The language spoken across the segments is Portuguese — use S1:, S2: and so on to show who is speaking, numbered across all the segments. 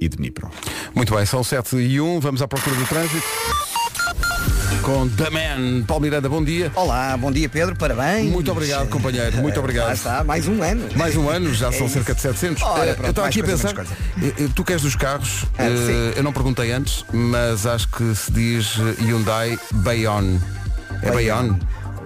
S1: e Dnipro.
S2: Muito bem, são 7 e 1, vamos à procura do trânsito. Com The Man, Paulo Miranda, bom dia.
S3: Olá, bom dia Pedro, parabéns. Eh,
S2: Muito obrigado, companheiro, muito obrigado.
S3: Lá está, mais um ano.
S2: Mais um ano, já são
S3: isso.
S2: cerca de 700.
S3: Ora,
S2: Eh,
S3: pronto,
S2: eu estava
S3: mais
S2: aqui a
S3: coisa,
S2: pensar,
S3: menos
S2: eh, eh, tu queres dos carros,
S3: Ah,
S2: eh,
S3: sim.
S2: eu não perguntei antes, mas acho que se diz eh, Hyundai Bayon. É Bayon?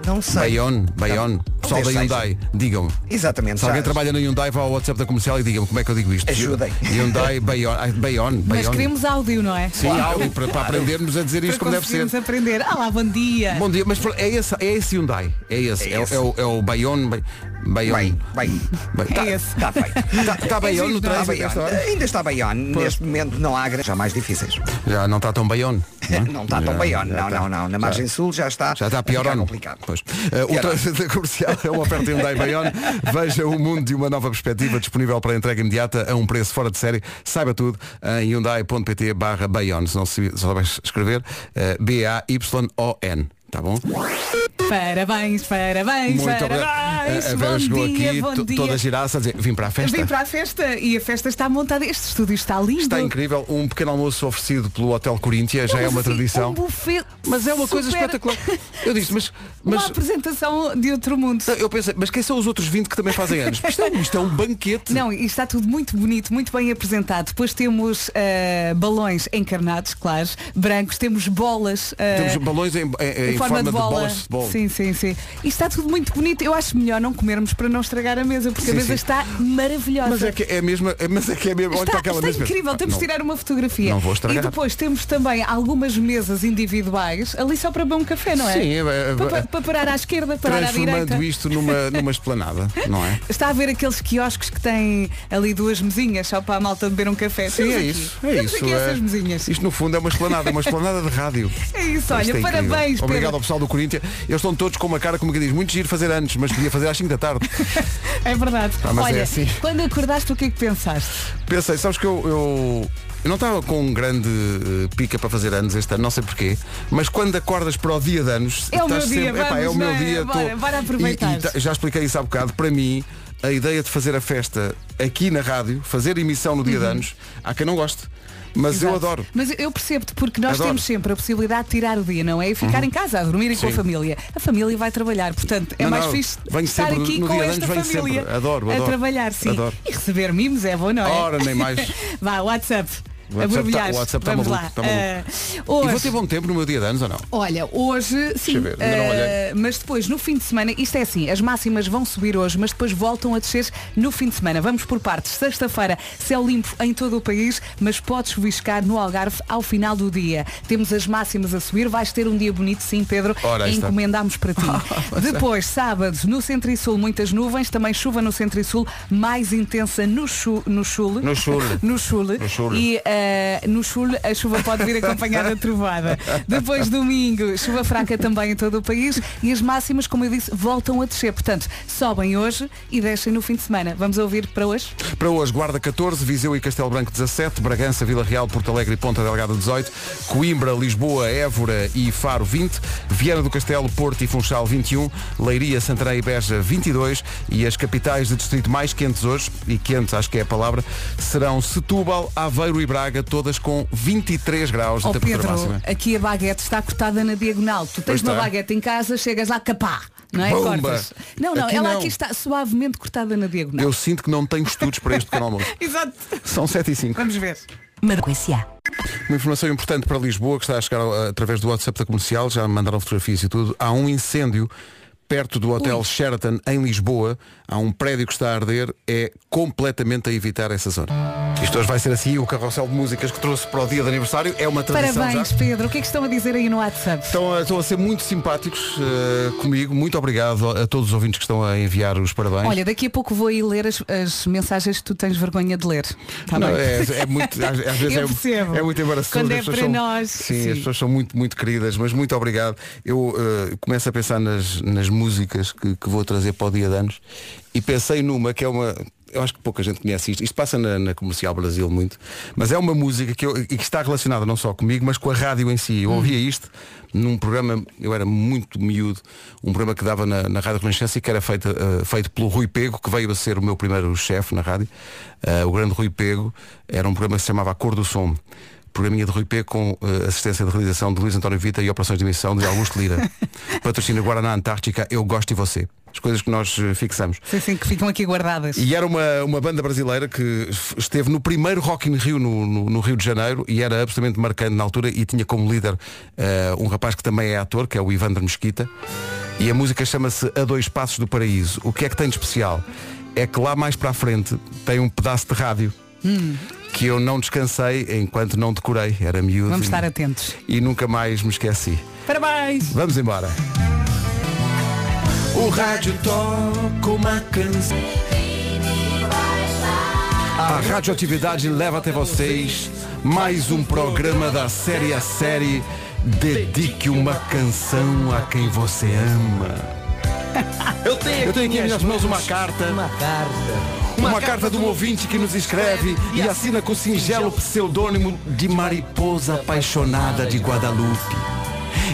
S3: Não sei.
S2: Bayon, Bayon.
S3: Não,
S2: Pessoal
S3: talvez
S2: da
S3: seja.
S2: Hyundai, digam-me.
S3: Exatamente.
S2: Se alguém
S3: já-
S2: trabalha na Hyundai, vá ao WhatsApp da comercial e digam-me como é que eu digo isto.
S3: Ajudem.
S2: Hyundai Bayon. Ai, Bayon,
S4: Mas
S2: Bayon.
S4: queremos áudio, não é?
S2: Sim, áudio para, para aprendermos a dizer
S4: Para
S2: isto como deve ser.
S4: conseguirmos aprender. Ah lá, bom dia.
S2: Bom dia, mas por- é esse, é esse Hyundai. É esse.
S3: É
S2: É, o-
S3: esse.
S2: é o, é o Bayon. Bay-
S3: Bem,
S2: Bayon.
S3: bem.
S2: Bayon.
S4: É esse.
S3: Está feito.
S2: Tá, tá Bayon no
S4: Existe, não é?
S3: Está
S2: trânsito a
S3: bem.
S2: esta hora?
S3: Ainda está bem. Neste momento não há grandes. Já mais difíceis.
S2: Já não está tão Bayon. é?
S3: Não está tão
S2: Já-
S3: bem.
S2: já
S3: Não,
S2: tá-
S3: não, não. Na margem sul já está.
S2: Já está
S3: a ficar
S4: É
S2: pior ou não?
S3: complicado.
S2: Pois. Eh, o
S3: Pior.
S2: trânsito da comercial é uma oferta Hyundai Bayon. Veja o mundo de uma nova perspectiva disponível para entrega imediata a um preço fora de série. Saiba tudo em hyundai.pt barra Bayon. Se não se souberes escrever, eh, B-A-Y-O-N. Tá bom?
S4: Parabéns, parabéns,
S2: Muito obrigado.
S4: parabéns.
S2: A- A
S4: bom
S2: Vera chegou
S4: dia,
S2: aqui,
S4: bom
S2: to-
S4: dia.
S2: toda giraça, a dizer, vim para a festa.
S4: Vim para a festa e a festa está montada. Este estúdio está lindo.
S2: Está incrível, um pequeno almoço oferecido pelo Hotel Corinthians, já é
S4: Mas
S2: uma
S4: assim,
S2: tradição.
S4: um buffet
S2: mas é uma coisa
S4: super-
S2: espetacular. Eu disse, mas,
S4: Uma
S2: mas
S4: apresentação de outro mundo.
S2: eu pensei, mas quem são os outros 20 que também fazem anos? Isto é, um- isto é um banquete.
S4: Não, e está tudo muito bonito, muito bem apresentado. Depois temos ah, balões encarnados, claro, brancos, temos bolas. ah,
S2: Temos balões em, em- em forma, de, bolas de futebol.
S4: Sim, sim, sim. E está tudo muito bonito. Eu acho melhor não comermos para não estragar a mesa, porque
S2: Sim,
S4: a mesa
S2: sim.
S4: está maravilhosa.
S2: Mas é que é a mesma, é- mas é que é mesmo. Olha
S4: Está,
S2: para aquela
S4: está
S2: mesma.
S4: incrível, temos
S2: Não.
S4: de tirar uma fotografia.
S2: Não vou estragar.
S4: E depois temos também algumas mesas individuais, ali só para beber um café, não é?
S2: Sim, é- é-
S4: para,
S2: é-
S4: para parar à esquerda, parar à direita.
S2: Transformando isto numa, numa esplanada, não é?
S4: Está a ver aqueles quiosques que têm ali duas mesinhas só para a malta beber um café.
S2: Sim,
S4: Temos
S2: é
S4: aqui.
S2: isso. É
S4: Temos
S2: isso.
S4: aqui
S2: é-
S4: essas mesinhas.
S2: Isto no fundo é uma esplanada, uma esplanada de rádio.
S4: É isso, olha,
S2: Isto é incrível.
S4: parabéns, Pedro.
S2: Obrigado ao pessoal do Corinthians. Eles estão todos com uma cara como que diz, muito giro fazer anos, mas podia fazer às 5 da tarde.
S4: É verdade.
S2: Ah, mas é
S4: olha,
S2: assim.
S4: quando acordaste, o que é que pensaste?
S2: Pensei, sabes que eu, eu, eu não estava com um grande eh, pica para fazer anos este ano, não sei porquê, mas quando acordas para o dia de anos,
S4: É o
S2: estás
S4: meu dia,
S2: sempre, "Epá, é o
S4: vamos,
S2: meu
S4: não é?
S2: dia,
S4: Bora,
S2: tô-"
S4: bora aproveitar.
S2: E- e ta- já expliquei isso há bocado, para mim, a ideia de fazer a festa aqui na rádio, fazer emissão no dia de anos, há quem não goste, mas eu
S4: Uhum. Exato.
S2: adoro.
S4: Mas eu percebo-te, porque nós
S2: Adoro. Uhum.
S4: temos sempre a possibilidade de tirar o dia, não é? E ficar em casa, a dormir e com a
S2: Sim.
S4: família. A família vai trabalhar, portanto, é
S2: Não,
S4: mais
S2: não,
S4: fixe
S2: venho
S4: estar
S2: sempre,
S4: aqui
S2: no
S4: com
S2: dia de
S4: esta
S2: anos venho
S4: família.
S2: sempre. Adoro,
S4: a
S2: adoro.
S4: trabalhar, sim.
S2: Adoro.
S4: E receber mimos é bom, não é?
S2: Ora, nem mais.
S4: Vá, WhatsApp.
S2: WhatsApp
S4: a borbulhar.
S2: tá- o WhatsApp tá
S4: Vamos
S2: maluco,
S4: lá.
S2: tá maluco.
S4: Ah, hoje-
S2: E vou ter bom tempo no meu dia de anos ou não?
S4: Olha, hoje sim,
S2: eu ver, ainda não
S4: eh, mas depois no fim de semana, isto é assim, as máximas vão subir hoje, mas depois voltam a descer no fim de semana. Vamos por partes. Sexta-feira, céu limpo em todo o país, mas pode chuviscar no Algarve ao final do dia. Temos as máximas a subir, vais ter um dia bonito, sim, Pedro.
S2: Ora, aí está. Oh, é.
S4: Encomendámos para ti. depois, sábado, no centro e sul, muitas nuvens, também chuva no centro e sul, mais intensa no, chu, no chule.
S2: No chule.
S4: no chule.
S2: No chule.
S4: E eh, no chule a chuva pode vir acompanhada de trovada. Depois domingo, chuva fraca também em todo o país e as máximas, como eu disse, voltam a descer. Portanto, sobem hoje e descem no fim de semana. Vamos ouvir para hoje?
S2: Para hoje, Guarda 14, Viseu e Castelo Branco 17, Bragança, Vila Real, Porto Alegre e Ponta Delgada 18, Coimbra, Lisboa, Évora e Faro 20, Viana do Castelo, Porto e Funchal 21, Leiria, Santarém e Beja 22 e as capitais de distrito mais quentes hoje, e quentes acho que é a palavra, serão Setúbal, Aveiro e Braga, todas com 23 graus de
S4: Ó
S2: temperatura
S4: Oh, Pedro,
S2: máxima.
S4: aqui a baguete está cortada na diagonal. Tu
S2: Pois
S4: tens uma
S2: está.
S4: baguete em casa, chegas lá, capá. Não é?
S2: Bomba!
S4: Cortas. Não, não,
S2: Aqui
S4: ela
S2: não.
S4: aqui está suavemente cortada na diagonal.
S2: Eu sinto que não tenho estudos para este pequeno almoço.
S4: Exato.
S2: São 7 e 5.
S4: Vamos ver.
S2: Uma informação importante para Lisboa que está a chegar uh, através do WhatsApp da comercial, já me mandaram fotografias e tudo. Há um incêndio perto do Hotel Sheraton em Lisboa. Há um prédio que está a arder. É completamente a evitar essa zona. Isto hoje vai ser assim. O carrossel de músicas que trouxe para o dia de aniversário é uma tradição
S4: Parabéns,
S2: já.
S4: Pedro. O que é que estão a dizer aí no WhatsApp?
S2: Estão a, estão a ser muito simpáticos uh, comigo. Muito obrigado a todos os ouvintes que estão a enviar os parabéns.
S4: Olha, daqui a pouco vou aí ler as, as mensagens que tu tens vergonha de ler. Tá
S2: Não,
S4: bem?
S2: é, é muito, às, às vezes
S4: Eu
S2: é-
S4: percebo.
S2: é, muito embaraçoso.
S4: Quando
S2: as
S4: é
S2: pessoas
S4: para
S2: são-
S4: nós,
S2: Sim,
S4: sim.
S2: as pessoas são muito, muito queridas, mas muito obrigado. Eu eh, começo a pensar nas, nas músicas que, que vou trazer para o dia de anos e pensei numa que é uma. eu acho que pouca gente conhece isto. Isto passa na, na Comercial Brasil muito. Mas é uma música que, eu, e que está relacionada não só comigo, mas com a rádio em si. Eu ouvia isto num programa, eu era muito miúdo, um programa que dava na, na Rádio Renascença e que era feito, eh, feito pelo Rui Pego, que veio a ser o meu primeiro chefe na rádio. Eh, o grande Rui Pego era um programa que se chamava A Cor do Som. Programinha de Rui Pego com eh, assistência de realização de Luís António Vita e operações de emissão de Augusto Lira. Patrocínio Guaraná Antártica, Eu Gosto e Você. As coisas que nós eh, fixamos.
S4: Sim, sim, que ficam aqui guardadas.
S2: E era uma, uma banda brasileira que f- esteve no primeiro Rock in Rio no, no- no Rio de Janeiro e era absolutamente marcante na altura e tinha como líder eh, um rapaz que também é ator, que é o Ivandro Mesquita. E a música chama-se A Dois Passos do Paraíso. O que é que tem de especial? É que lá mais para a frente tem um pedaço de rádio
S4: Hum.
S2: que eu não descansei enquanto não decorei. Era miúdo.
S4: Vamos
S2: e-
S4: estar atentos.
S2: E nunca mais me esqueci.
S4: Parabéns!
S2: Vamos embora. O rádio toca uma canção. A radioatividade leva até vocês mais um programa da série a série Dedique uma canção a quem você ama.
S1: Eu tenho,
S2: Eu tenho aqui em minhas mãos uma carta.
S1: Uma carta.
S2: Uma carta de um ouvinte que nos escreve e assina com o singelo pseudônimo de Mariposa Apaixonada de Guadalupe.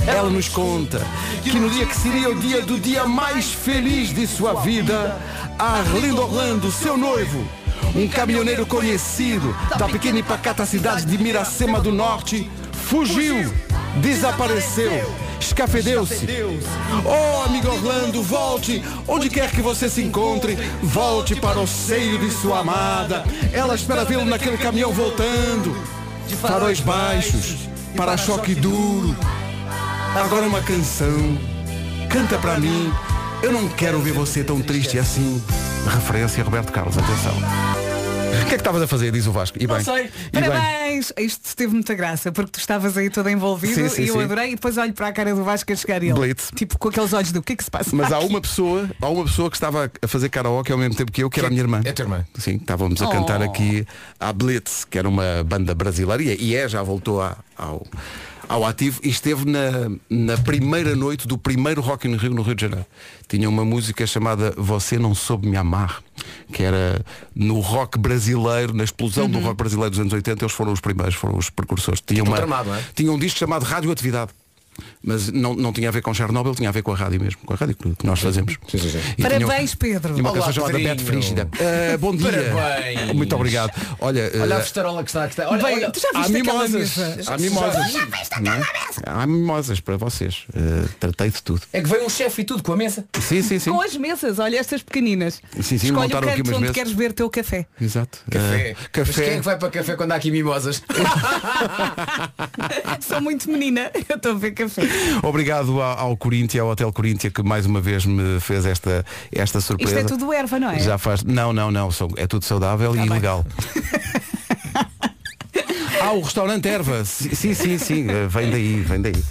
S2: Ela nos conta que no dia que seria o dia do dia mais feliz de sua vida, Arlindo Orlando, seu noivo, um caminhoneiro conhecido da pequena e pacata cidade de Miracema do Norte, fugiu, desapareceu, escafedeu-se. Oh, amigo Orlando, volte, onde quer que você se encontre, volte para o seio de sua amada. Ela espera vê-lo naquele caminhão voltando. Faróis baixos, para-choque duro. Agora uma canção, canta para mim. Eu não quero ver você tão triste assim. Referência a Roberto Carlos, atenção. O que é que estavas a fazer, diz o Vasco? E bem,
S1: sei.
S2: e bem.
S4: Parabéns! Isto teve muita graça, porque tu estavas aí todo envolvido
S2: Sim, sim,
S4: e eu
S2: sim.
S4: adorei e depois olho para a cara do Vasco a chegar e ele.
S2: Blitz.
S4: Tipo com aqueles olhos do "O que é que se passa?
S2: Mas há
S4: aqui?"
S2: uma pessoa, há uma pessoa que estava a fazer karaoke ao mesmo tempo que eu, que era a minha irmã.
S1: É a tua irmã. Oh.
S2: Sim, estávamos a cantar aqui à Blitz, que era uma banda brasileira e é- e é, já voltou à- ao, ao ativo e esteve na, na primeira noite do primeiro Rock in Rio no Rio de Janeiro. Tinha uma música chamada Você Não Soube Me Amar, que era no rock brasileiro, na explosão
S1: Uhum.
S2: do rock brasileiro dos anos 80, eles foram os primeiros, foram os precursores. Tinha, uma,
S1: tramado, não é?
S2: tinha um disco chamado Radioatividade. Mas não, não tinha a ver com Chernobyl, tinha a ver com a rádio mesmo, com a rádio que que nós fazemos.
S1: Sim, sim, sim.
S2: E tinha-
S4: Parabéns, Pedro.
S2: e uma
S1: Olá,
S2: canção chamada
S1: Pedrinho.
S2: Bete Frígida. Ah, bom dia.
S1: Parabéns.
S2: Muito obrigado. Olha,
S1: Olha a
S2: ah,
S1: festarola que está, que está. Olha,
S4: Bem,
S1: olha.
S4: tu já
S2: há
S4: viste aquela
S2: mimosas.
S4: mesa?
S2: Há mimosas. Não é? Há mimosas para vocês. Ah, tratei de tudo.
S1: É que veio um chefe e tudo com a mesa.
S2: Sim, sim, sim.
S4: Com as mesas, olha estas pequeninas.
S2: Sim, sim,
S4: Escolhe o
S2: montaram aqui
S4: canto
S2: umas
S4: onde
S2: mesas.
S4: queres ver teu café.
S2: Exato.
S1: Café.
S2: Ah,
S1: Mas quem é
S2: café.
S1: que vai para café quando há aqui mimosas?
S4: Sou muito menina, eu estou a ver café.
S2: Obrigado a- ao Corinthians, ao Hotel Corinthians, que mais uma vez me fez esta, esta surpresa.
S4: Isto é tudo erva, não é? Tá
S2: Já faz. Não, não, não. são- É tudo saudável e legal. Ah, o restaurante Erva. Si- Sim, sim, sim. eh, Vem daí, vem daí.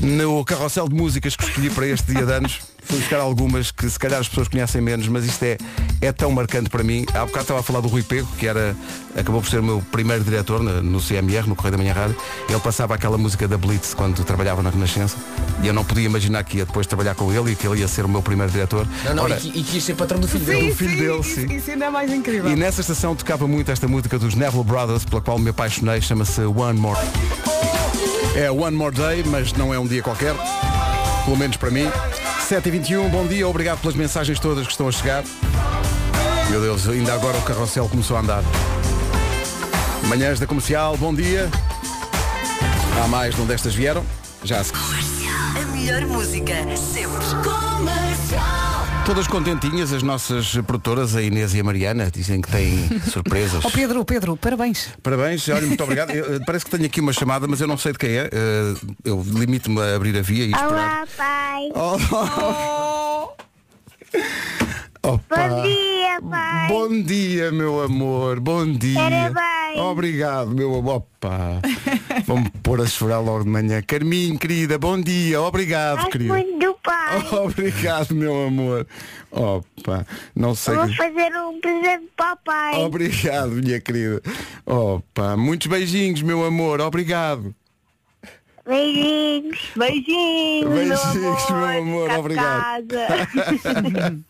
S2: No carrossel de músicas que escolhi para este dia de anos, fui buscar algumas que se calhar as pessoas conhecem menos, mas isto é, é tão marcante para mim. Há bocado estava a falar do Rui Pego, que era, acabou por ser o meu primeiro diretor na- no CMR, no Correio da Manhã Rádio. Ele passava aquela música da Blitz quando trabalhava na Renascença. E eu não podia imaginar que ia depois trabalhar com ele e que ele ia ser o meu primeiro diretor.
S1: Não, não,
S2: Ora,
S1: e, qui- e quis ser patrão do filho dele.
S4: Sim,
S2: do filho
S4: sim,
S2: dele,
S4: isso,
S2: sim.
S4: isso ainda é mais incrível.
S2: E nessa estação tocava muito esta música dos Neville Brothers, pela qual me apaixonei, chama-se One More. É One More Day, mas não é um dia qualquer, pelo menos para mim. 7h21, bom dia, obrigado pelas mensagens todas que estão a chegar. Meu Deus, ainda agora o carrossel começou a andar. Manhãs da Comercial, bom dia. Há mais de onde estas vieram. Já se...
S5: A melhor música sempre. Comercial.
S2: Todas contentinhas, as nossas produtoras, a Inês e a Mariana, dizem que têm surpresas.
S4: Oh Pedro, Pedro, parabéns.
S2: Parabéns, olha, muito obrigado. Eu, eh, parece que tenho aqui uma chamada, mas eu não sei de quem é. Eh, eu limito-me a abrir a via e esperar.
S6: Olá, pai.
S2: Opa.
S6: Bom dia, pai.
S2: Bom dia, meu amor. Bom dia.
S6: Parabéns.
S2: Obrigado, meu amor. Opa. Vamos pôr a chorar logo de manhã. Carminho, querida, bom dia. Obrigado,
S6: Gosto
S2: querida.
S6: muito do pai.
S2: Obrigado, meu amor. Opa. Não sei.
S6: Vou
S2: que-
S6: fazer um presente para o pai.
S2: Obrigado, minha querida. Opa. Muitos beijinhos, meu amor. Obrigado.
S6: Beijinhos.
S7: Beijinhos,
S2: Beijinhos,
S7: meu amor.
S2: meu amor,
S7: Cá de
S2: obrigado.
S7: Casa.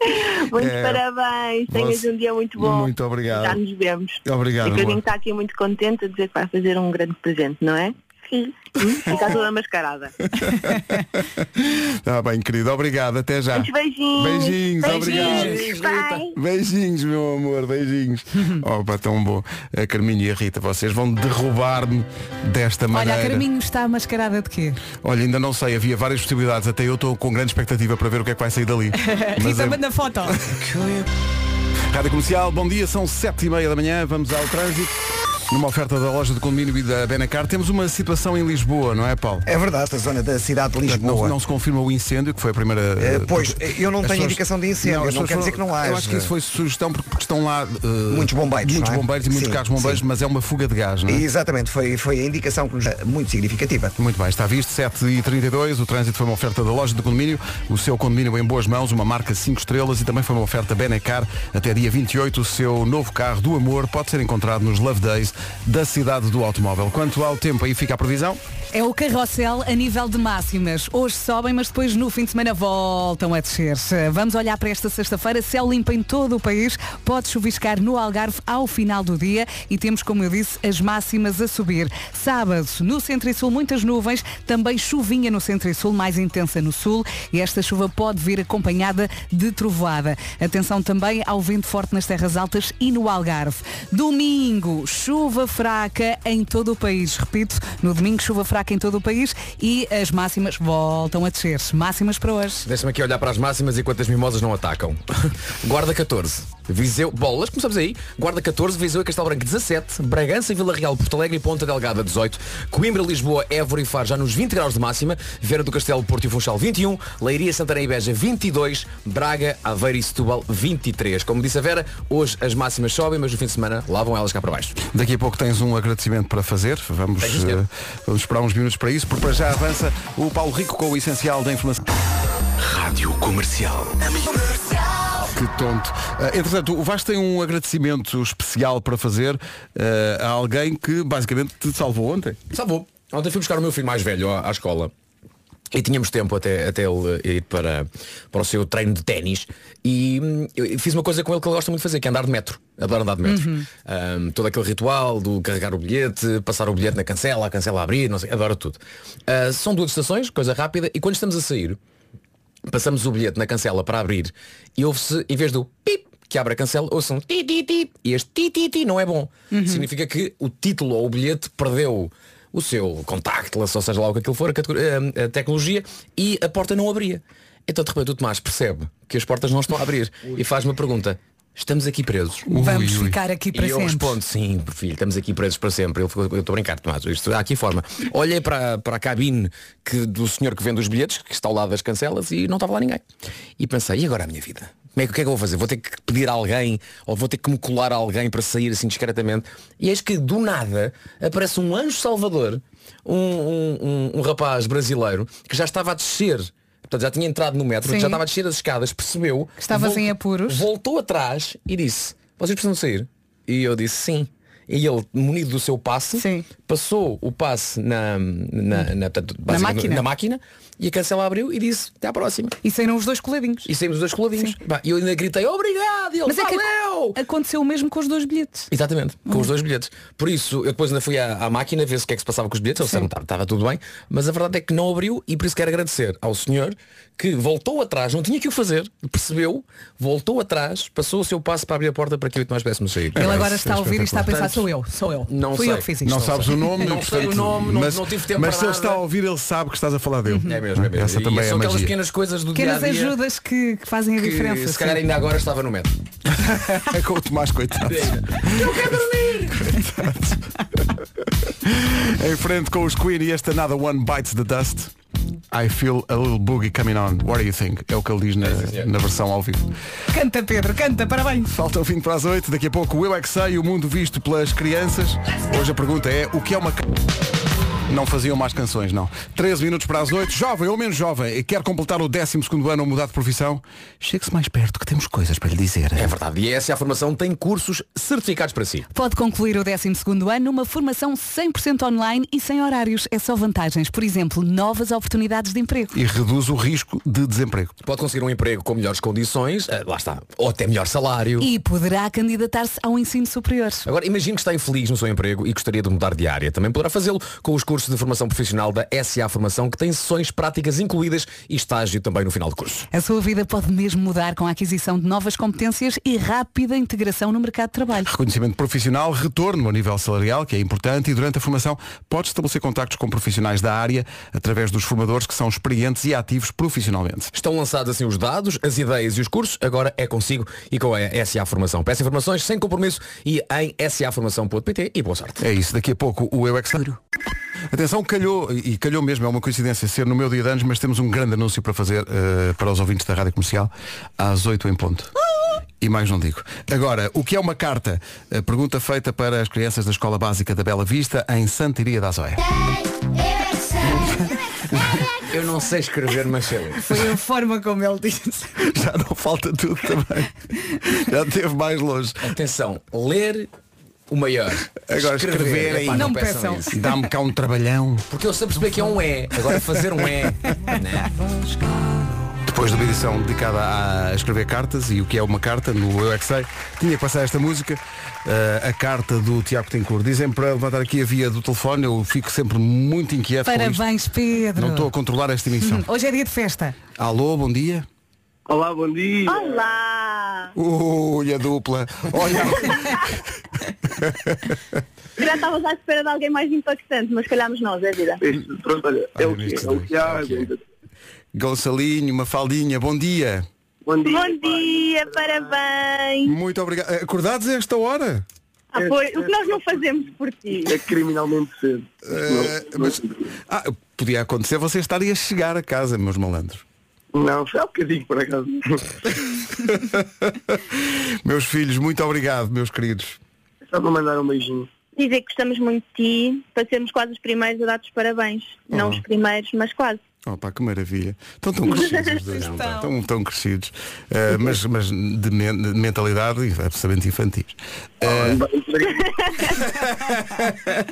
S7: Muitos
S2: É,
S7: parabéns. Tenhas
S2: você-
S7: um dia muito bom.
S2: Muito obrigado.
S7: Já nos vemos.
S2: Obrigado,
S7: E que a
S2: amor.
S7: gente está aqui muito contente a dizer que vai fazer um grande presente, não é?
S6: Sim.
S7: Hum? E está toda mascarada.
S2: Está Tá bem, querido. Obrigado. Até já.
S7: Muitos beijinhos.
S2: Beijinhos, obrigado.
S1: Beijinhos,
S6: Pai.
S2: Beijinhos, meu amor, beijinhos. Opa, tão bom. A Carminho e a Rita, vocês vão derrubar-me desta maneira.
S4: Olha, a Carminho está mascarada de quê?
S2: Olha, ainda não sei, havia várias possibilidades. Até eu estou com grande expectativa para ver o que é que vai sair dali. Mas
S4: Rita,
S2: é-
S4: manda foto.
S2: Rádio Comercial, bom dia, são sete e meia da manhã, vamos ao trânsito. Numa oferta da loja de condomínio e da Benacar, temos uma situação em Lisboa, não é, Paulo?
S3: É verdade, esta zona da cidade de
S2: Portanto, não,
S3: Lisboa.
S2: não se confirma o incêndio, que foi a primeira.
S3: Eh,
S2: eh,
S3: pois,
S2: porque-
S3: eu não
S2: as
S3: tenho indicação de incêndio,
S2: as
S3: não
S2: pessoas
S3: quer dizer
S2: foram-
S3: que não
S2: Eu
S3: haja.
S2: acho que isso foi sugestão porque porque estão lá. eh,
S3: Muitos bombeiros,
S2: Muitos
S3: não é?
S2: bombeiros e muitos
S3: Sim,
S2: carros bombeiros,
S3: sim.
S2: mas é uma fuga de gás, não é?
S3: E Exatamente, foi, foi a indicação que nos eh, muito significativa.
S2: Muito bem, está visto, 7h32, o trânsito foi uma oferta da loja de condomínio, o seu condomínio em boas mãos, uma marca 5 estrelas e também foi uma oferta Benacar. Até dia 28, o seu novo carro do amor pode ser encontrado nos Love Days da cidade do automóvel. Quanto ao tempo, aí fica a previsão.
S4: É o carrossel a nível de máximas. Hoje sobem, mas depois no fim de semana voltam a descer. Vamos olhar para esta sexta-feira. Céu limpo em todo o país. Pode chuviscar no Algarve ao final do dia. E temos, como eu disse, as máximas a subir. Sábado, no centro e sul, muitas nuvens. Também chuvinha no centro e sul, mais intensa no sul. E esta chuva pode vir acompanhada de trovoada. Atenção também ao vento forte nas terras altas e no Algarve. Domingo, chuva fraca em todo o país. Repito, no domingo chuva fraca em todo o país e as máximas voltam a descer. Máximas para hoje.
S1: Deixa-me aqui olhar para as máximas e quantas mimosas não atacam. Guarda 14, Viseu, bolas, começamos aí. Guarda 14, Viseu e Castelo Branco 17, Bragança, Vila Real, Porto Alegre e Ponta Delgada 18, Coimbra, Lisboa, Évora e Faro já nos 20 graus de máxima, Vera do Castelo, Porto e Funchal 21, Leiria, Santarém e Beja 22, Braga, Aveiro e Setúbal 23. Como disse a Vera, hoje as máximas sobem, mas no fim de semana lá vão elas cá para baixo.
S2: Daqui a pouco tens um agradecimento para fazer, vamos,
S1: Tenho, senhor.
S2: eh, vamos esperar uns minutos para isso, porque para já avança o Paulo Rico com o essencial da informação.
S8: Rádio Comercial.
S2: Que tonto. Ah, entretanto, o Vasco tem um agradecimento especial para fazer ah, a alguém que basicamente te salvou ontem.
S1: Salvou. Ontem fui buscar o meu filho mais velho à, à escola. E tínhamos tempo até, até ele eh, ir para, para o seu treino de ténis e hum, eu eu fiz uma coisa com ele que ele gosta muito de fazer, que é andar de metro. Adoro andar de metro. Hum, todo aquele ritual do carregar o bilhete, passar o bilhete na cancela, a cancela a abrir, não sei, adoro tudo. Ah, são duas estações, coisa rápida, e quando estamos a sair, passamos o bilhete na cancela para abrir e ouve-se, em vez do pip, que abre a cancela, ouça um ti ti ti e este ti ti ti não é bom. Significa que o título ou o bilhete perdeu o seu contactless, ou seja lá o que aquilo for, a, categori- a- a tecnologia, e a porta não abria. Então de repente o Tomás percebe que as portas não estão a abrir e faz-me a pergunta, estamos aqui presos?
S4: Vamos
S2: ui.
S4: ficar aqui para
S1: e eu
S4: sempre.
S1: respondo, sim, filho, estamos aqui presos para sempre. Ele ficou, eu estou a brincar, Tomás, isto há aqui forma. Olhei para, para a cabine que, do senhor que vende os bilhetes, que está ao lado das cancelas, e não estava lá ninguém. E pensei, e agora a minha vida? Como é que, o que é que eu vou fazer? Vou ter que pedir a alguém, ou vou ter que me colar a alguém para sair assim discretamente. E eis que do nada aparece um anjo salvador, um, um, um- um rapaz brasileiro, que já estava a descer. Portanto, já tinha entrado no metro,
S4: Sim.
S1: já estava a descer as escadas, percebeu. que
S4: estavas em apuros.
S1: voltou atrás e disse, vocês precisam sair? E eu disse sim. E ele, munido do seu passe,
S4: Sim.
S1: passou o passe na, na, na, portanto, basicamente,
S4: máquina.
S1: na máquina e a cancela abriu e disse, até à próxima.
S4: E saíram os dois coladinhos.
S1: E saímos os dois coladinhos.
S4: Sim.
S1: Bah, E eu ainda gritei, obrigado! E ele,
S4: Mas é que
S1: valeu!
S4: aconteceu o mesmo com os dois bilhetes.
S1: Exatamente, com
S4: Hum.
S1: os dois bilhetes. Por isso, eu depois ainda fui à, à máquina ver se o que é que se passava com os bilhetes, eles disseram que estava tudo bem, mas a verdade é que não abriu e por isso quero agradecer ao senhor que voltou atrás, não tinha que o fazer, percebeu, voltou atrás, passou o seu passo para abrir a porta para que eu e o Tomás pudéssemos sair.
S4: Ele
S2: bem,
S4: agora
S2: isso
S4: está
S2: é
S4: a ouvir e está a pensar, sou eu, sou eu.
S1: Não
S4: Fui
S1: sei.
S4: eu que fiz isto.
S2: Não sabes o nome,
S1: Não
S2: e,
S1: sei o
S2: portanto,
S1: nome, não-
S2: mas,
S1: não tive tempo
S2: mas
S1: para
S2: se ele
S1: nada.
S2: está a ouvir, ele sabe que estás a falar dele.
S1: É mesmo, é mesmo.
S2: Essa
S1: E
S2: também é
S1: são aquelas
S2: magia.
S1: pequenas coisas do
S4: Hum. Pequenas
S1: dia-a-dia
S4: ajudas que, que fazem a
S1: que
S4: diferença.
S1: se calhar
S4: sim.
S1: ainda agora estava no metro.
S2: É com o Tomás, coitado. em frente com os Queen e este Another One Bites the Dust. I feel a little boogie coming on. What do you think? É o que ele diz na, na versão ao vivo.
S4: Canta, Pedro, canta, parabéns.
S2: Falta o fim para as oito. Daqui a pouco o Eu É Que Sei, o mundo visto pelas crianças. Hoje a pergunta é o que é uma... ca- Não faziam mais canções, não. 13 minutos para as 8. Jovem ou menos jovem, e quer completar o 12 ano ou mudar de profissão? Chegue-se mais perto que temos coisas para lhe dizer.
S1: É verdade. E essa é a formação tem cursos certificados para si.
S4: Pode concluir o 12º ano numa formação 100% online e sem horários. É só vantagens. Por exemplo, novas oportunidades de emprego.
S2: E reduz o risco de desemprego.
S1: Pode conseguir um emprego com melhores condições, eh, lá está, ou até melhor salário.
S4: E poderá candidatar-se ao ensino superior.
S1: Agora, imagine que está infeliz no seu emprego e gostaria de mudar de área. Também poderá fazê-lo com os cursos de formação profissional da SA Formação, que tem sessões práticas incluídas e estágio também no final do curso.
S4: A sua vida pode mesmo mudar com a aquisição de novas competências e rápida integração no mercado de trabalho.
S2: Reconhecimento profissional, retorno a nível salarial, que é importante, e durante a formação pode estabelecer contactos com profissionais da área através dos formadores que são experientes e ativos profissionalmente.
S1: Estão lançados assim os dados, as ideias e os cursos, agora é consigo e com a SA Formação. Peça informações sem compromisso e em saformação.pt e boa sorte.
S2: É isso, daqui a pouco o Eu é que Sei. Atenção, calhou, e calhou mesmo, é uma coincidência ser no meu dia de anos, mas temos um grande anúncio para fazer eh, para os ouvintes da Rádio Comercial às 8 em ponto. E mais não digo. Agora, o que é uma carta? A pergunta feita para as crianças da Escola Básica da Bela Vista, em Santiria da Azóia.
S1: Eu não sei escrever, mas sei.
S4: Foi a forma como ele disse.
S2: Já não falta tudo também. Já teve mais longe.
S1: Atenção, ler o maior.
S2: Agora, escrever
S1: epá,
S2: aí.
S4: Não peçam.
S1: isso.
S2: Dá-me cá um trabalhão.
S1: Porque eu sei perceber que é um E. Agora fazer um E. não.
S2: Depois da uma edição dedicada a escrever cartas e o que é uma carta no Eu é que Sei, tinha que passar esta música, eh, a carta do Tiago Tencourt. Dizem para levantar aqui a via do telefone, eu fico sempre muito inquieto com isto.
S4: Parabéns, Pedro.
S2: Não estou a controlar esta emissão.
S4: Hoje é dia de festa.
S2: Alô, bom dia.
S9: Olá, bom dia.
S7: Olá!
S2: Ui, a dupla. Olha,
S7: Já estavas à espera de alguém mais impactante, mas calhámos nós, é vida.
S9: Este, pronto, olha, é o que
S2: nisto
S9: é, o
S2: dois,
S9: Tiago.
S2: é o Gonçalinho, uma faldinha, bom dia.
S9: Bom dia.
S7: Bom dia, parabéns!
S2: Muito obrigado. Acordados a esta hora?
S7: Ah, pois, o que nós não fazemos por ti?
S9: É criminalmente cedo.
S2: Eh,
S9: não,
S2: mas- Ah, podia acontecer você estarem a chegar a casa, meus malandros.
S9: não, foi há bocadinho por acaso.
S2: Meus filhos, muito obrigado, meus queridos.
S9: Só para mandar um beijinho.
S7: Dizer que gostamos muito de ti, para sermos quase os primeiros a dar-te os parabéns. Não
S9: Uhum.
S7: os primeiros, mas quase.
S2: Oh pá, que maravilha. Estão tão crescidos os dois, não estão? Estão tão crescidos. Ah, mas, mas de, men- de mentalidade absolutamente infantis. Eh,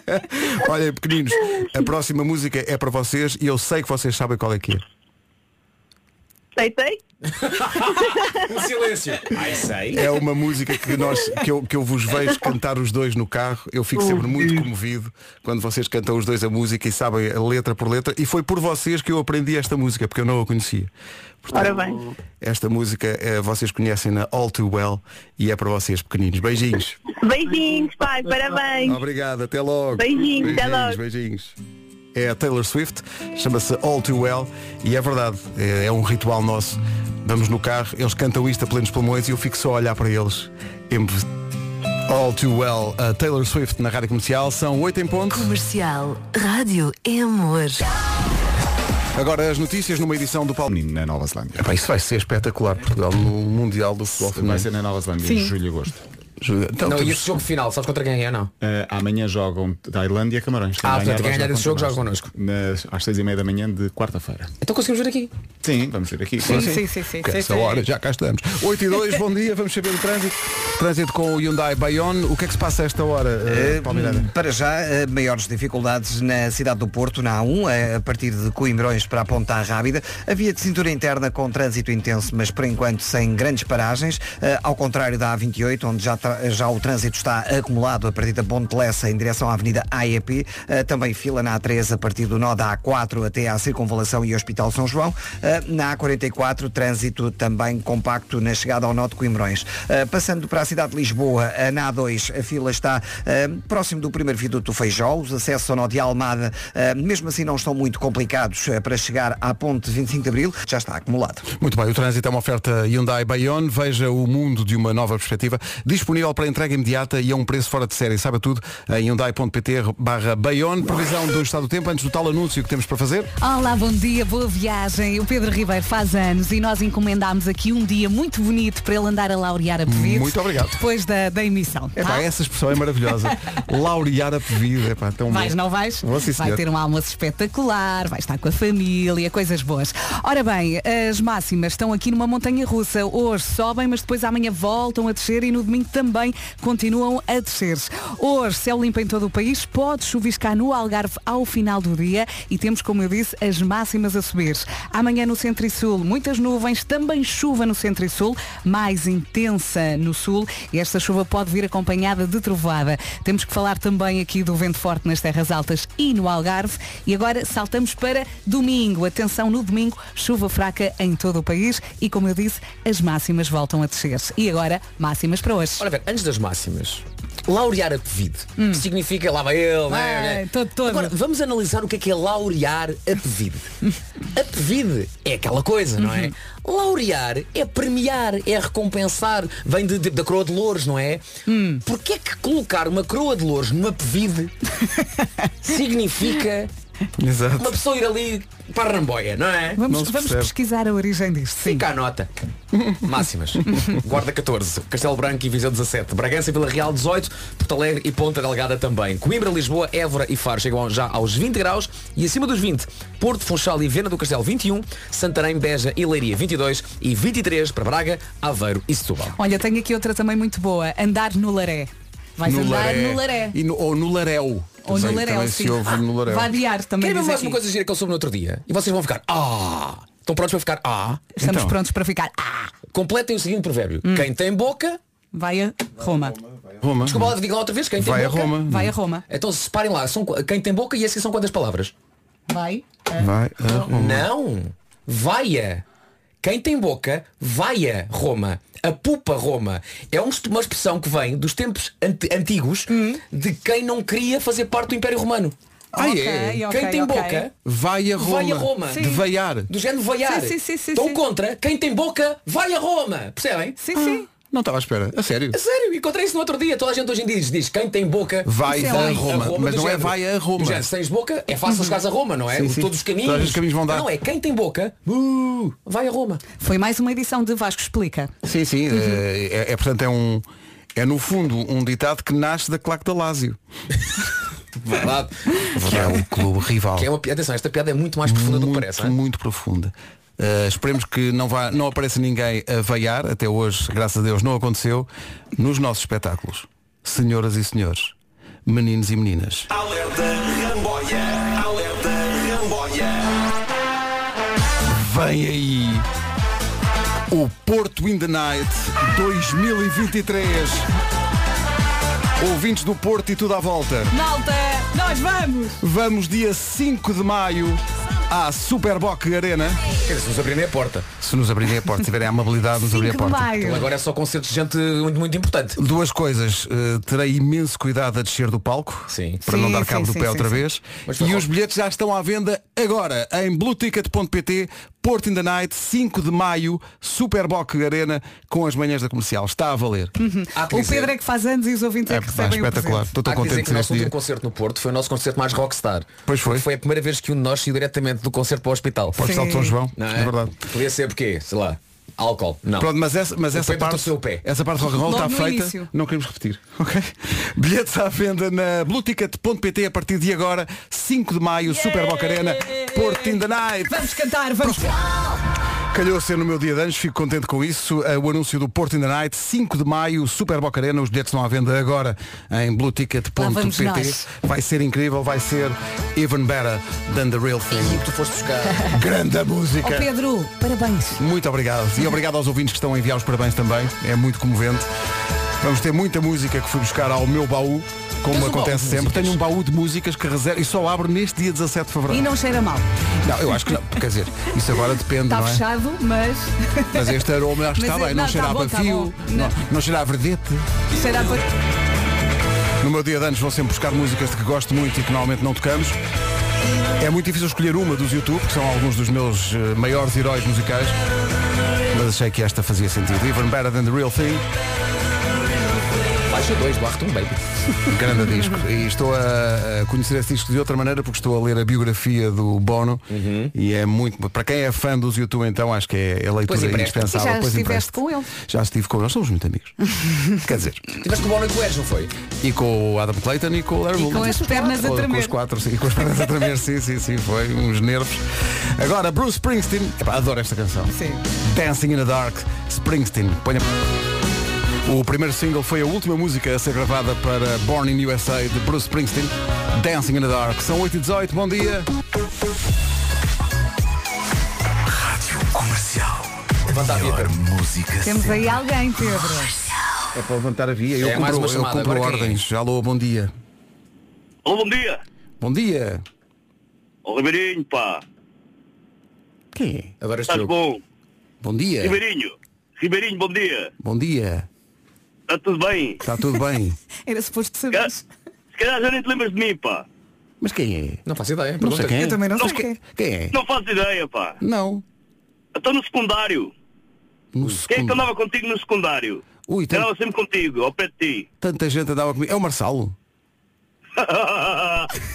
S2: Ah, olha, pequeninos, a próxima música é para vocês e eu sei que vocês sabem qual é que é.
S7: Aceitei?
S1: O silêncio. Ai, sei.
S2: É uma música que, nós, que, eu, que eu vos vejo cantar os dois no carro. Eu fico sempre muito comovido quando vocês cantam os dois a música e sabem a letra por letra. E foi por vocês que eu aprendi esta música, porque eu não a conhecia.
S7: Ora
S9: Uhum.
S7: bem.
S2: Esta música eh, vocês conhecem na All Too Well e é para vocês pequeninos. Beijinhos.
S7: Beijinhos, pai, parabéns!
S2: Obrigado, até logo.
S7: Beijinhos, até logo.
S2: Beijinhos. É a Taylor Swift, chama-se All Too Well e é verdade, é, é um ritual nosso. Vamos no carro, eles cantam isto a plenos pulmões e eu fico só a olhar para eles. Embe- All Too Well, a Taylor Swift na rádio comercial, são 8 em ponto.
S5: Comercial. Rádio é amor.
S2: Agora as notícias numa edição do Paulo.
S10: Na Nova Zelândia.
S2: Epá, isso vai ser espetacular, Portugal, no Mundial do Futebol
S10: Vai
S2: Feminino.
S10: ser na Nova Zelândia,
S4: Sim.
S10: em julho e agosto.
S2: Então,
S1: Não, e
S2: temos-
S1: esse jogo final, sabes contra quem é, não?
S10: Eh, amanhã jogam Tailândia e Camarões.
S1: Ah,
S10: Amanhã
S1: portanto,
S10: vai
S1: quem ganhar
S10: jogar
S1: esse jogo
S10: contra
S1: joga
S10: nós.
S1: connosco.
S10: Nas- às seis e meia da manhã de quarta-feira.
S1: Então conseguimos ver aqui.
S10: Sim, vamos ver aqui.
S4: Sim, sim, sim, sim.
S2: Que é
S4: sim,
S2: essa
S4: sim.
S2: hora, já cá estamos. 8 e 2, bom dia, vamos saber do trânsito. Trânsito com o Hyundai Bayon. O que é que se passa a esta hora, eh, Paulo Miranda?
S11: hum.
S3: Para já, eh, maiores dificuldades na cidade do Porto, na A1, eh, a partir de Coimbrões para a Ponta Rábida. A via de cintura interna com trânsito intenso, mas por enquanto sem grandes paragens, eh, ao contrário da A28, onde já, tra- já o trânsito está acumulado a partir da Ponte Lessa em direção à Avenida AEP. eh, Também fila na A3 a partir do nó da A4 até à Circunvalação e Hospital São João. Eh, Na A44, trânsito também compacto na chegada ao nó de Coimbrões. Eh, Passando para a cidade de Lisboa, eh, na A2, a fila está eh, próximo do primeiro viaduto do Feijó. Os acessos ao nó de Almada, eh, mesmo assim, não estão muito complicados eh, para chegar à ponte 25 de Abril. Já está acumulado.
S2: Muito bem, o trânsito é uma oferta Hyundai Bayon. Veja o mundo de uma nova perspectiva. Disponível disponível para entrega imediata e a um preço fora de série. Sabe tudo em hyundai.pt barra Bayonne. Previsão do estado do tempo antes do tal anúncio que temos para fazer.
S4: Olá, bom dia, boa viagem. O Pedro Ribeiro faz anos e nós encomendámos aqui um dia muito bonito para ele andar a laurear a pedido.
S2: Muito obrigado.
S4: Depois da, da emissão.
S2: Epá,
S4: tá?
S2: essa expressão é maravilhosa. Laurear a pedido. Epá, tão bom.
S4: Vais, não vais?
S2: Vou, sim,
S4: Vai
S2: senhor.
S4: ter um almoço espetacular, vai estar com a família, coisas boas. Ora bem, as máximas estão aqui numa montanha russa. Hoje sobem, mas depois amanhã voltam a descer e no domingo também continuam a descer. Hoje, céu limpo em todo o país, pode chuviscar no Algarve ao final do dia e temos, como eu disse, as máximas a subir. Amanhã no centro e sul, muitas nuvens, também chuva no centro e sul, mais intensa no sul e esta chuva pode vir acompanhada de trovoada. Temos que falar também aqui do vento forte nas terras altas e no Algarve e agora saltamos para domingo. Atenção no domingo, chuva fraca em todo o país e como eu disse, as máximas voltam a descer. E agora, máximas para hoje.
S1: Ora bem, antes das máximas, laurear a Pevide, que significa lá vai ele, né?
S4: Ai, todo, todo.
S1: Agora, vamos analisar o que é que é laurear a Pevide. a Pevide é aquela coisa, não é?
S4: Uhum.
S1: Laurear é premiar, é recompensar, vem de- de- da coroa de louros, não é?
S4: Hum.
S1: Porquê é que colocar uma coroa de louros numa Pevide significa
S2: Exato.
S1: uma pessoa ir ali para a Ramboia, não é?
S2: Não
S4: Vamos,
S2: se
S4: vamos
S2: percebe.
S4: pesquisar a origem disto. Sim.
S1: Fica a nota. Máximas. Guarda 14, Castelo Branco e Viseu 17, Bragança e Vila Real 18, Porto Alegre e Ponta Delgada também. Coimbra, Lisboa, Évora e Faro chegam já aos 20 graus e acima dos 20, Porto, Funchal e Viana do Castelo 21, Santarém, Beja e Leiria 22 e 23 para Braga, Aveiro e Setúbal.
S4: Olha, tenho aqui outra também muito boa. Andar no laré. Vais
S2: No
S4: andar
S2: laré.
S4: no laré.
S2: E no- ou no laréu.
S4: Ou no
S2: Também-
S4: laré,
S2: também
S4: sim.
S2: se ouve no laréu.
S4: Vai viar também.
S1: Querem ver
S4: diz
S1: mais uma
S4: aqui.
S1: coisa gira que eu soube no outro dia? E vocês vão ficar, ah! Estão prontos para ficar, ah!
S4: Estamos
S2: Então.
S4: prontos para ficar. Ah,
S1: Completem o seguinte provérbio. Quem tem boca,
S4: vai a Roma.
S2: Roma.
S1: desculpa, digam lá outra vez, quem tem
S2: Vai a
S1: boca.
S2: Roma.
S4: Vai a Roma.
S1: Então separem lá, são, qu- quem tem boca e assim são quantas palavras?
S4: Vai.
S2: Vai a Roma.
S1: Não! Vaia! Quem tem boca, vaia Roma. A pupa Roma. É um- uma expressão que vem dos tempos ante- antigos de quem não queria fazer parte do Império Romano.
S2: Hum. Ah,
S4: Ok,
S2: é?
S4: ok,
S1: quem tem
S4: ok.
S1: boca,
S2: Vai a Roma.
S1: Vai a Roma.
S2: De
S1: Sim.
S2: veiar.
S1: do género vaiar.
S4: Sim, sim, sim, sim,
S1: Estão
S4: sim.
S1: contra, quem tem boca, vai a Roma. Percebem?
S4: Sim, sim.
S2: Não estava à espera. A sério.
S1: A sério, encontrei isso no outro dia. Toda a gente hoje em dia diz, diz quem tem boca
S2: Vai
S1: vai
S2: a Roma. Mas
S1: do
S2: não é
S1: género.
S2: vai a Roma. Uhum.
S1: Do género, se tens boca, é fácil chegares a Roma, não é?
S2: Sim, sim.
S1: Todos os caminhos.
S2: Todos os caminhos vão dar.
S1: Não, é quem tem boca, uh, vai a Roma.
S4: Foi mais uma edição de Vasco Explica.
S2: Sim, sim.
S1: Uhum.
S2: É, é- é, portanto, é um. É no fundo um ditado que nasce da claque da Lásio.
S1: Verdade.
S2: Que é um clube rival.
S1: Que é uma piada, atenção, esta piada é muito mais profunda do é? que parece.
S2: muito,
S1: hein?
S2: muito profunda. Uh, esperemos que não, vá, não apareça ninguém a veiar, até hoje, graças a Deus, não aconteceu, nos nossos espetáculos. Senhoras e senhores, meninos e meninas.
S8: Alerta Ramboia. Alerta Ramboia.
S2: Vem aí o Porto in the Night 2023. Ouvintes do Porto e tudo à volta.
S4: Malta, nós vamos!
S2: Vamos dia 5 de maio à Superboc Arena.
S1: Quer dizer, se nos abrirem a porta.
S2: Se nos abrirem a porta, se tiverem a amabilidade de nos abrir a
S4: 5 de
S2: porta.
S1: Ele
S4: maio.
S1: agora é só concertos de gente muito, muito importante.
S2: Duas coisas, eh, terei imenso cuidado a descer do palco
S1: Sim.
S2: para não
S4: Sim,
S2: dar
S4: sim,
S2: cabo do
S4: sim,
S2: pé
S4: sim,
S2: outra
S4: sim.
S2: vez.
S1: Mas foi
S2: E
S1: bom.
S2: os bilhetes já estão à venda agora em blueticket.pt, Porto in the Night, 5 de maio, Superboc Arena, com as manhãs da comercial. Está a valer.
S1: Há que
S4: O
S1: dizer-
S4: Pedro é que faz anos e os ouvintes é,
S2: É,
S4: que
S2: pá,
S4: recebem
S2: espetacular.
S4: o presente.
S2: Estou tão
S1: Há que dizer
S2: contente
S1: que
S2: que
S1: o
S2: neste
S1: nosso último
S2: dia.
S1: concerto no Porto foi o nosso concerto mais rockstar.
S2: Pois foi.
S1: Porque Foi a primeira vez que um de nós saiu diretamente do concerto para o hospital.
S2: Pode estar de São João,
S1: Não
S2: é verdade.
S1: Podia ser porque, sei lá, álcool. Não.
S2: Pronto, mas essa, mas
S1: O
S2: essa
S1: Pedro
S2: parte,
S1: torceu o pé.
S2: essa parte do rock and roll
S4: Logo
S2: está
S4: no
S2: feita.
S4: início.
S2: Não queremos repetir, ok? Bilhetes à venda na blueticket.pt a partir de agora, 5 de maio, Superboc Arena, Porto in the Night.
S4: Vamos cantar, vamos.
S2: Calhou ser no meu dia de anos, fico contente com isso. Eh, O anúncio do Porto in the Night, 5 de maio, Super Boca Arena. Os bilhetes estão à venda agora em
S4: Lá vamos
S2: blueticket.pt.
S4: nós.
S2: Vai ser incrível, vai ser even better than the real thing.
S1: E tu foste buscar.
S2: Grande a
S4: Ó
S2: música.
S4: Pedro, parabéns.
S2: Muito obrigado. E obrigado aos ouvintes que estão a enviar os parabéns também. É muito comovente. Vamos ter muita música que fui buscar ao meu baú, como
S1: Tens um baú
S2: acontece
S1: de
S2: sempre.
S1: músicas?
S2: Tenho um baú de músicas que reservo e só abro neste dia 17 de
S4: E
S2: fevereiro.
S4: não cheira mal.
S2: Não, eu acho que não. Quer dizer, isso agora depende,
S4: Está
S2: não é?
S4: Tá fechado, mas
S2: Mas este aroma acho que
S4: Mas
S2: está
S4: é-
S2: bem, não,
S4: não,
S2: cheira
S4: tá
S2: a
S4: bom, tá
S2: bafio,
S4: bom.
S2: não,
S4: Não.
S2: não cheira a verdete.
S4: cheira a pa-
S2: No meu dia de anos vou sempre buscar músicas de que gosto muito e que normalmente não tocamos. É muito difícil escolher uma dos YouTube, que são alguns dos meus eh, maiores heróis musicais, mas achei que esta fazia sentido. Even Better Than The Real Thing.
S1: Caixa 2 do Arthur Baby.
S2: um Grande disco. E estou a a conhecer esse disco de outra maneira porque estou a ler a biografia do Bono
S1: Uhum.
S2: e é muito. Para quem é fã dos YouTube então acho que é a
S1: Pois
S2: leitura
S1: empresta.
S2: indispensável.
S4: Já
S2: Pois
S4: estiveste
S2: empresta.
S4: com ele.
S2: Já estive com ele, somos muito amigos. Quer dizer,
S1: Tiveste com o Bono e com o Edge, não foi?
S2: e com o Adam Clayton e com o Larry
S4: E com as pernas a
S2: Com- Com
S4: tremer.
S2: os quatro, sim, com as pernas a tremer, sim, sim, sim, foi uns nervos. Agora, Bruce Springsteen, Epá, adoro esta canção.
S4: Sim.
S2: Dancing in the Dark, Springsteen. Ponha... O primeiro single foi a última música a ser gravada para Born in USA de Bruce Springsteen, Dancing in the Dark. São 8 e 18 bom dia.
S4: Temos aí alguém, Pedro.
S2: É para levantar a via, eu
S1: É mais
S2: compro,
S1: uma
S2: eu
S1: chamada,
S2: compro
S1: agora quem é?
S2: ordens. Alô, bom dia.
S12: Alô, bom dia.
S2: Bom dia.
S12: Ó Ribeirinho, pá.
S2: Quem
S1: Agora
S12: Estás
S1: estou.
S12: bom?
S2: Bom dia.
S12: Ribeirinho. Ribeirinho, bom dia.
S2: Bom dia.
S12: Está tudo bem?
S2: Está tudo bem?
S4: Era suposto
S12: Se calhar-
S4: saberes.
S12: Se calhar já nem te lembras de mim, pá.
S2: Mas quem é?
S1: Não faço ideia.
S2: Não
S1: Pergunta.
S2: sei quem é.
S4: Eu também não sei
S2: Mas
S4: quem é.
S2: Quem é?
S12: Não faço ideia, pá.
S2: Não.
S12: Estou no secundário.
S2: No
S12: Quem é que
S2: segundo.
S12: andava contigo no secundário?
S2: Ui,
S12: Eu
S2: tan-
S12: andava sempre contigo, ao pé de ti.
S2: tanta gente andava comigo. É o Marçalo.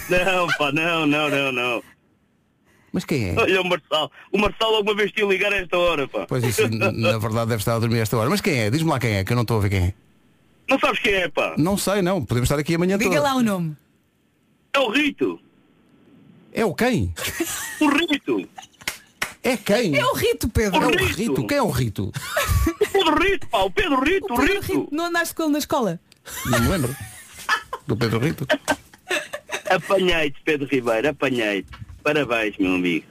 S12: não, pá, não, não, não, não.
S2: Mas quem é?
S12: Olha o Marçal. O Marçal alguma vez te ia ligar a esta hora, pá.
S2: Pois isso, n- na verdade, deve estar a dormir a esta hora. Mas quem é? Diz-me lá quem é, que eu não estou a ver quem é.
S12: Não sabes quem é, pá.
S2: Não sei, não. Podemos estar aqui amanhã
S4: Diga
S2: toda.
S4: lá um- o nome.
S12: É o Rito.
S2: É o quem?
S12: O Rito.
S2: É quem?
S4: É o Rito, Pedro.
S12: O
S2: É o
S12: Rito.
S2: Rito. Quem é o Rito?
S12: O Pedro Rito, pá. O Pedro Rito, o
S4: Pedro
S12: Rito.
S4: Não andaste com ele na escola?
S2: Não me lembro. Do Pedro Rito.
S12: Apanhei-te, Pedro Ribeiro, apanhei-te. Parabéns, meu amigo.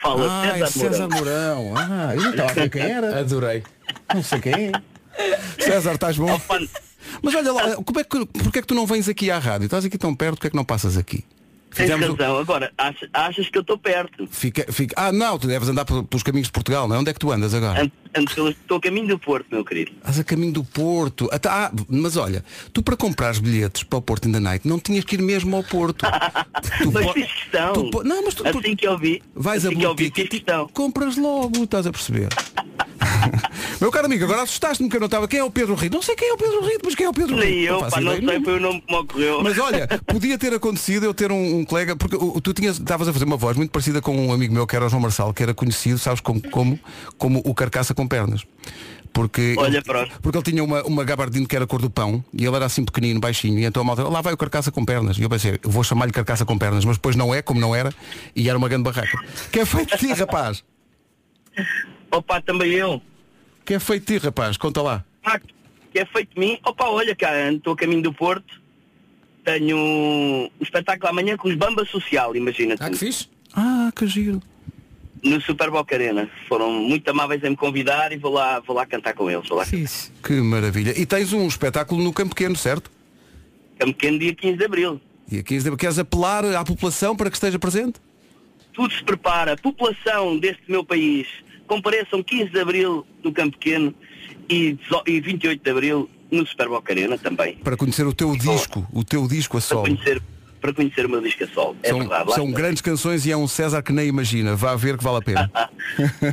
S12: Fala,
S2: Ah, é César Mourão. Ah, eu não estava a ver quem era.
S1: Adorei.
S2: Não sei quem é. César, estás bom? Mas olha lá, como é que, porque é que tu não vens aqui à rádio? Estás aqui tão perto, porque é que não passas aqui?
S12: Tens
S2: Fizemos o-
S12: razão. Agora, achas, achas que eu estou perto.
S2: Fica, fica... Ah, não, tu deves andar pe- pelos caminhos de Portugal, não é? Onde é que tu andas agora?
S12: Ando- ando pelo- Estou a caminho do Porto, meu querido.
S2: Estás a caminho do Porto. Até- Ah, mas olha, tu para comprares bilhetes para o Porto in the Night não tinhas que ir mesmo ao Porto. Tu
S12: Mas
S2: po-
S12: fiz questão.
S2: tu po- Não, mas tu,
S12: assim que eu vi,
S2: vais
S12: assim
S2: a
S12: que eu vi,
S2: boutique
S12: fiz
S2: e ti-
S12: questão.
S2: compras logo, estás a perceber? Meu caro amigo, agora assustaste-me que eu não estava. Quem é o Pedro Rito? Não sei quem é o Pedro Rito, mas quem é o Pedro Rito?
S12: Nem eu,
S2: faço
S12: pá, não
S2: ideia
S12: sei,
S2: nenhuma.
S12: foi o nome que me ocorreu.
S2: Mas olha, podia ter acontecido eu ter um, um colega, porque o- tu tinhas, estavas a fazer uma voz muito parecida com um amigo meu que era o João Marçal, que era conhecido, sabes como, como, como o carcaça com pernas. Porque,
S12: Olha,
S2: ele,
S12: pronto.
S2: porque ele tinha uma, uma gabardina que era cor do pão e ele era assim pequenino, baixinho, e então a malta, lá vai o carcaça com pernas. E eu pensei, eu vou chamar-lhe carcaça com pernas, mas depois não é como não era, e era uma grande barraca. Que é feito de ti, rapaz?
S12: Opa, também eu.
S2: Que é feito de ti, rapaz? Conta lá.
S12: Ah, que é feito de mim. Opa, olha, cara, estou a caminho do Porto. Tenho um espetáculo amanhã com os Bamba Social, imagina
S1: Ah, que fixe.
S2: Ah, que giro.
S12: no Super Boca Arena. Foram muito amáveis em me convidar e vou lá, vou lá cantar com eles. Vou lá
S4: Fiz.
S2: Que maravilha. E tens um espetáculo no Campo Pequeno, certo?
S12: cantar É um pequeno dia 15 de Abril.
S2: E aqui queres apelar à população para que esteja presente?
S12: Tudo se prepara. População deste meu país, compareçam 15 de Abril no Campo Pequeno e, dezo- e 28 de Abril no Super Boca Arena também.
S2: Para conhecer o teu disco, o teu disco a
S12: Para
S2: solo.
S12: conhecer, para conhecer o meu disco a sol. É verdade.
S2: São,
S12: lá
S2: são
S12: está.
S2: grandes canções e é um César que nem imagina. Vá ver que vale a pena.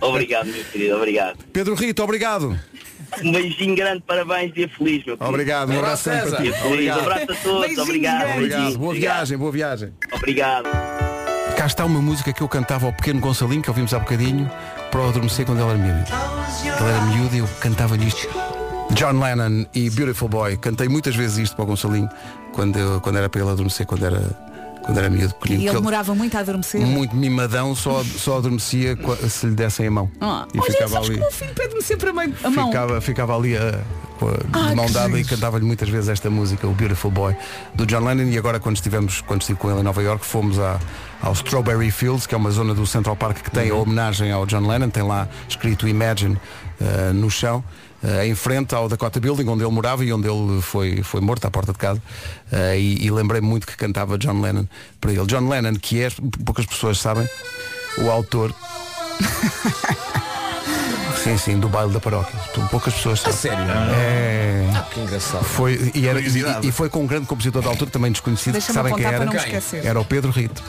S12: Obrigado, meu querido. Obrigado.
S2: Pedro Rito, obrigado.
S12: Um beijinho grande, parabéns, dia feliz, meu querido.
S2: Obrigado, um abraço sempre
S1: César.
S2: para ti.
S12: Dia feliz. Um abraço a todos.
S4: Beijinhos
S12: obrigado.
S4: grandes.
S2: Obrigado, boa
S12: Obrigado.
S2: viagem, boa viagem.
S12: Obrigado.
S2: Cá está uma música que eu cantava ao pequeno Gonçalinho, que ouvimos há bocadinho, para o adormecer quando ele era miúdo. Ele era miúdo e eu cantava-lhe isto. John Lennon e Beautiful Boy. Cantei muitas vezes isto para o Gonçalinho, quando, eu- quando era para ele adormecer, quando era, quando era miúdo.
S4: E
S2: pequenino,
S4: ele
S2: que ele-
S4: demorava muito a adormecer.
S2: muito mimadão, só, só adormecia co- se lhe dessem a mão.
S4: Ah,
S2: e
S4: olha,
S2: ficava
S4: sabes
S2: ali,
S4: que o meu filho pede-me sempre a, meio, a mão.
S2: ficava, ficava ali a, com a de
S4: Ah,
S2: mão
S4: que
S2: dada e
S4: giro.
S2: cantava-lhe muitas vezes esta música, o Beautiful Boy, do John Lennon. E agora quando estivemos, quando estive com ele em Nova York, fomos à, ao Strawberry Fields, que é uma zona do Central Park que tem a homenagem ao John Lennon, tem lá escrito Imagine eh, no chão. eh, em frente ao Dakota Building, onde ele morava e onde ele foi, foi morto à porta de casa. Eh, e e lembrei-me muito que cantava John Lennon para ele. John Lennon, que é, poucas pessoas sabem, o autor Sim, sim, do baile da paróquia. Tu- Poucas pessoas sabem.
S1: Sério.
S2: É.
S1: Ah, que engraçado.
S2: Foi, e, era- e- e foi com um grande compositor da altura, também desconhecido, que
S4: Deixa-me
S2: sabem quem
S4: apontar
S2: era.
S4: para não me
S1: Quem?
S4: esquecer.
S2: Era o Pedro Rito,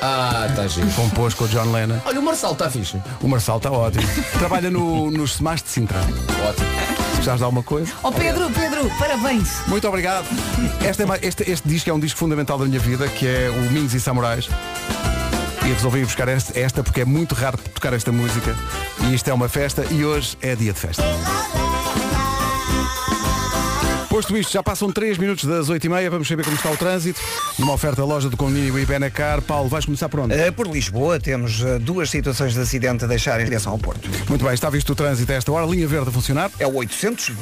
S1: Ah, está giro.
S2: compôs com o John Lennon. tá
S1: Olha, o Marçal está tá fixe.
S2: O Marçal está ótimo. Trabalha no, nos Semais de Sintra.
S1: Ótimo.
S2: Precisares de alguma coisa?
S4: Oh Pedro, Pedro, parabéns.
S2: Muito obrigado. Este, é mais- este- este disco é um disco fundamental da minha vida, que é o Minhos e Samurais. E resolvi ir buscar este- esta porque é muito raro tocar esta música. E isto é uma festa e hoje é dia de festa. Posto isto, já passam 3 minutos das 8h30, vamos saber como está o trânsito. Numa oferta loja do condomínio Ibenacar. Paulo, vais começar por
S11: É.
S2: onde?
S3: Ah, Por Lisboa temos eh, duas situações de acidente a deixar em direção ao Porto.
S2: Muito bem, está visto o trânsito a esta hora, linha verde a funcionar.
S3: É o 800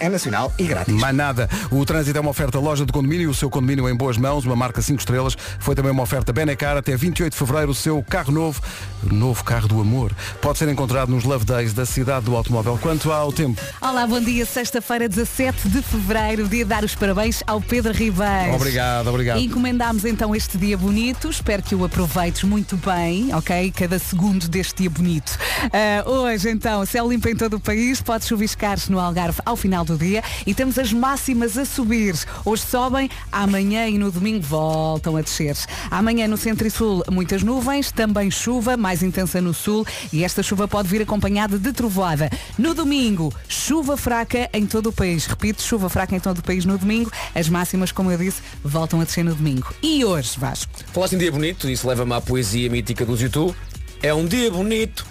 S3: é nacional e grátis.
S2: Mais nada. O trânsito é uma oferta loja de condomínio, o seu condomínio em boas mãos, uma marca 5 estrelas. Foi também uma oferta Benecar até 28 de fevereiro, o seu carro novo, novo carro do amor, pode ser encontrado nos Love Days da cidade do automóvel. Quanto ao tempo,
S4: Olá, bom dia. Sexta-feira, 17 de fevereiro, dia de dar os parabéns ao Pedro Ribeiro.
S2: Obrigado, obrigado.
S4: Encomendámos então este dia bonito. Espero que o aproveites muito bem, ok? Cada segundo deste dia bonito. Ah, hoje, então, céu limpo em todo o país. Pode chuviscar-se no Algarve ao final do dia. E temos as máximas a subir. Hoje sobem, amanhã e no domingo voltam a descer. Amanhã no centro e sul, muitas nuvens, também chuva, mais intensa no sul. E esta chuva pode vir acompanhada de trovoada. No domingo, chuva fraca em todo o país. Repito, chuva fraca em todo o país no domingo. As máximas, como eu disse, voltam a descer no domingo. E hoje, Vasco?
S1: Falaste em assim, dia bonito, isso leva-me à poesia mítica dos YouTube. É um dia bonito,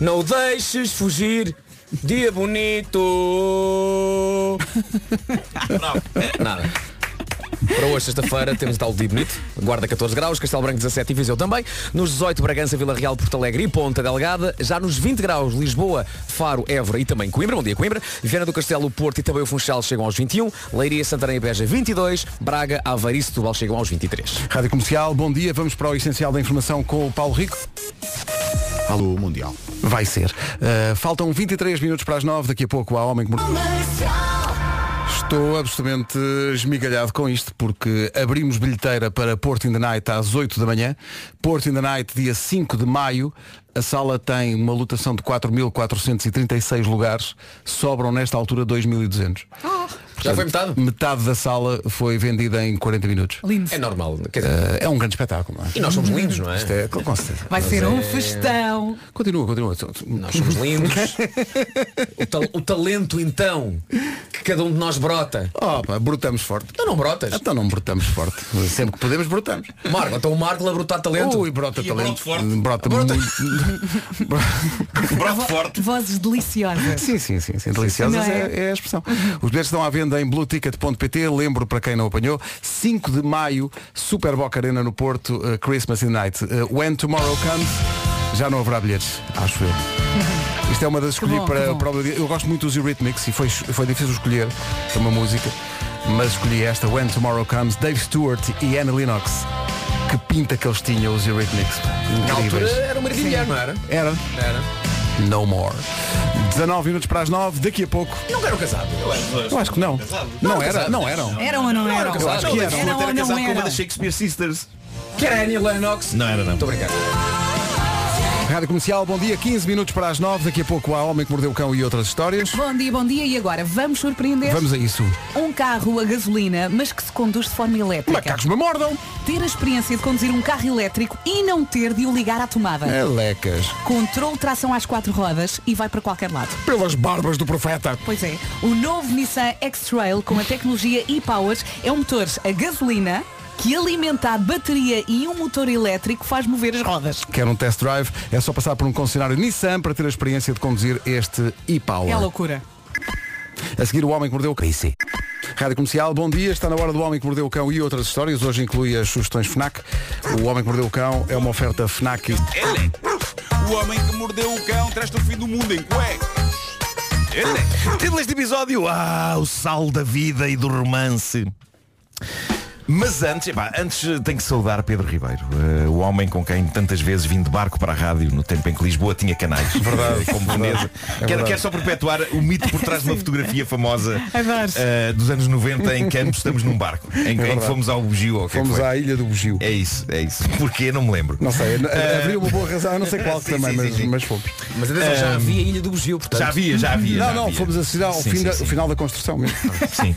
S1: não o deixes fugir. Dia bonito. Bravo. Nada. Para hoje, sexta-feira, temos tal dia bonito. Guarda 14 graus, Castelo Branco 17 e Viseu também. Nos 18, Bragança, Vila Real, Porto Alegre e Ponta Delgada. Já nos 20 graus, Lisboa, Faro, Évora e também Coimbra. Bom dia, Coimbra. Viana do Castelo, Porto e também o Funchal chegam aos 21. Leiria, Santarém e Beja 22. Braga, Aveiro e Setúbal chegam aos 23.
S2: Rádio Comercial, bom dia, vamos para o essencial da informação com o Paulo Rico.
S10: Alô, Mundial.
S2: Vai ser. Uh, faltam 23 minutos para as 9, daqui a pouco há Homem que Mordeu. Estou absolutamente esmigalhado com isto porque abrimos bilheteira para Porto in the Night às 8 da manhã. Porto in the Night, dia 5 de maio. A sala tem uma lotação de 4.436 lugares. Sobram nesta altura 2.200.
S1: Ah. Já foi metade?
S2: Metade da sala foi vendida em 40 minutos.
S4: Lindo.
S1: É normal. Quer dizer,
S2: Uh, é um grande espetáculo. não é?
S1: E nós somos lindos, não é?
S2: Isto é, com certeza.
S4: Vai
S1: Mas
S4: ser um
S1: é-
S4: festão.
S2: Continua, continua.
S1: Nós somos lindos. o, tal- o talento então que cada um de nós brota.
S2: Opa, brotamos forte.
S1: Então não brotas.
S2: Então não brotamos forte. Sempre que podemos, brotamos.
S1: Marco, então o Marco a brotar talento.
S2: Ui, brota
S1: E eu
S2: talento.
S1: broto forte.
S2: Brota,
S1: Brota-
S2: muito.
S1: Broto Um forte.
S4: Vozes deliciosas.
S2: Sim, sim, sim. sim. Deliciosas
S4: Não
S2: é?
S4: é?
S2: é a expressão. Os bilhetes estão à venda em blueticket.pt. Lembro para quem não apanhou. 5 de maio, Super Boca Arena no Porto, eh, Christmas in the Night. Eh, when Tomorrow Comes, já não haverá bilhetes, acho eu. Isto é uma das que escolhi
S4: bom, que
S2: para,
S4: bom.
S2: para o dia. Eu gosto muito dos Eurythmics e foi, foi difícil escolher uma música, mas escolhi esta, When Tomorrow Comes, Dave Stewart e Anna Lennox. Que pinta que eles tinham os Eurythmics.
S1: Na altura
S2: Incríveis.
S1: era uma maravilha, não era?
S2: Era?
S1: Era.
S2: No more. 19 minutos para as 9, daqui a pouco.
S1: Não um eram casados.
S2: Eu acho que não. Não era, não eram.
S4: Eram ou não eram?
S1: Eu um acho
S2: que
S1: eram.
S4: Eram ou não eram?
S10: Shakespeare Sisters.
S1: Que era Annie Lennox.
S10: Não era, não.
S1: Estou a brincar.
S2: Rádio Comercial, bom dia, 15 minutos para as 9, daqui a pouco há Homem que Mordeu o Cão e outras histórias.
S4: Bom dia, bom dia. E agora, vamos surpreender
S2: Vamos a isso.
S4: um carro a gasolina, mas que se conduz de forma elétrica.
S2: Macacos me mordam!
S4: Ter a experiência de conduzir um carro elétrico e não ter de o ligar à tomada.
S11: É.
S2: Elecas.
S4: Controle tração às quatro rodas e vai para qualquer lado.
S2: Pelas barbas do profeta.
S4: Pois é, o novo Nissan X-Trail com a tecnologia e-Power é um motor a gasolina que alimenta a bateria e um motor elétrico faz mover as rodas.
S2: Quer um test drive? É só passar por um concessionário Nissan para ter a experiência de conduzir este
S4: É a
S2: e-Power.
S4: loucura.
S2: A seguir, o Homem que Mordeu o Cão. Rádio Comercial, bom dia. Está na hora do Homem que Mordeu o Cão e outras histórias. Hoje inclui as sugestões FNAC. O Homem que Mordeu o Cão é uma oferta FNAC.
S8: Ele. O homem que mordeu o cão traz-te o fim do mundo em cuecas. Ele.
S11: Título deste episódio, ah, o sal da vida e do romance. Mas antes, epá, antes tenho que saudar Pedro Ribeiro, eh, o homem com quem tantas vezes vim de barco para a rádio no tempo em que Lisboa tinha canais. Verdade. Como Veneza. quero,
S2: verdade.
S11: quero só perpetuar o mito por trás de uma fotografia famosa
S4: Adoro.
S11: eh, dos anos 90 em Campos, estamos num barco, em, em que
S2: verdade.
S11: fomos ao Bugio. ou o que é que
S2: Fomos
S11: foi.
S2: à Ilha do Bugio.
S11: É isso, é isso. Porquê? Não me lembro.
S2: Não sei,
S11: Eh,
S2: abriu uma boa razão, eu não sei qual
S11: sim,
S2: também,
S11: sim,
S2: mas,
S11: sim.
S2: mas fomos.
S1: Mas atenção, já
S11: Ahm,
S1: havia a Ilha do Bugio, portanto.
S11: Já havia, já havia.
S2: Não,
S11: já
S2: não,
S11: havia.
S2: fomos assistir ao
S11: Sim,
S2: fim
S11: sim,
S2: da-
S11: sim.
S2: final da construção mesmo.
S11: Sim.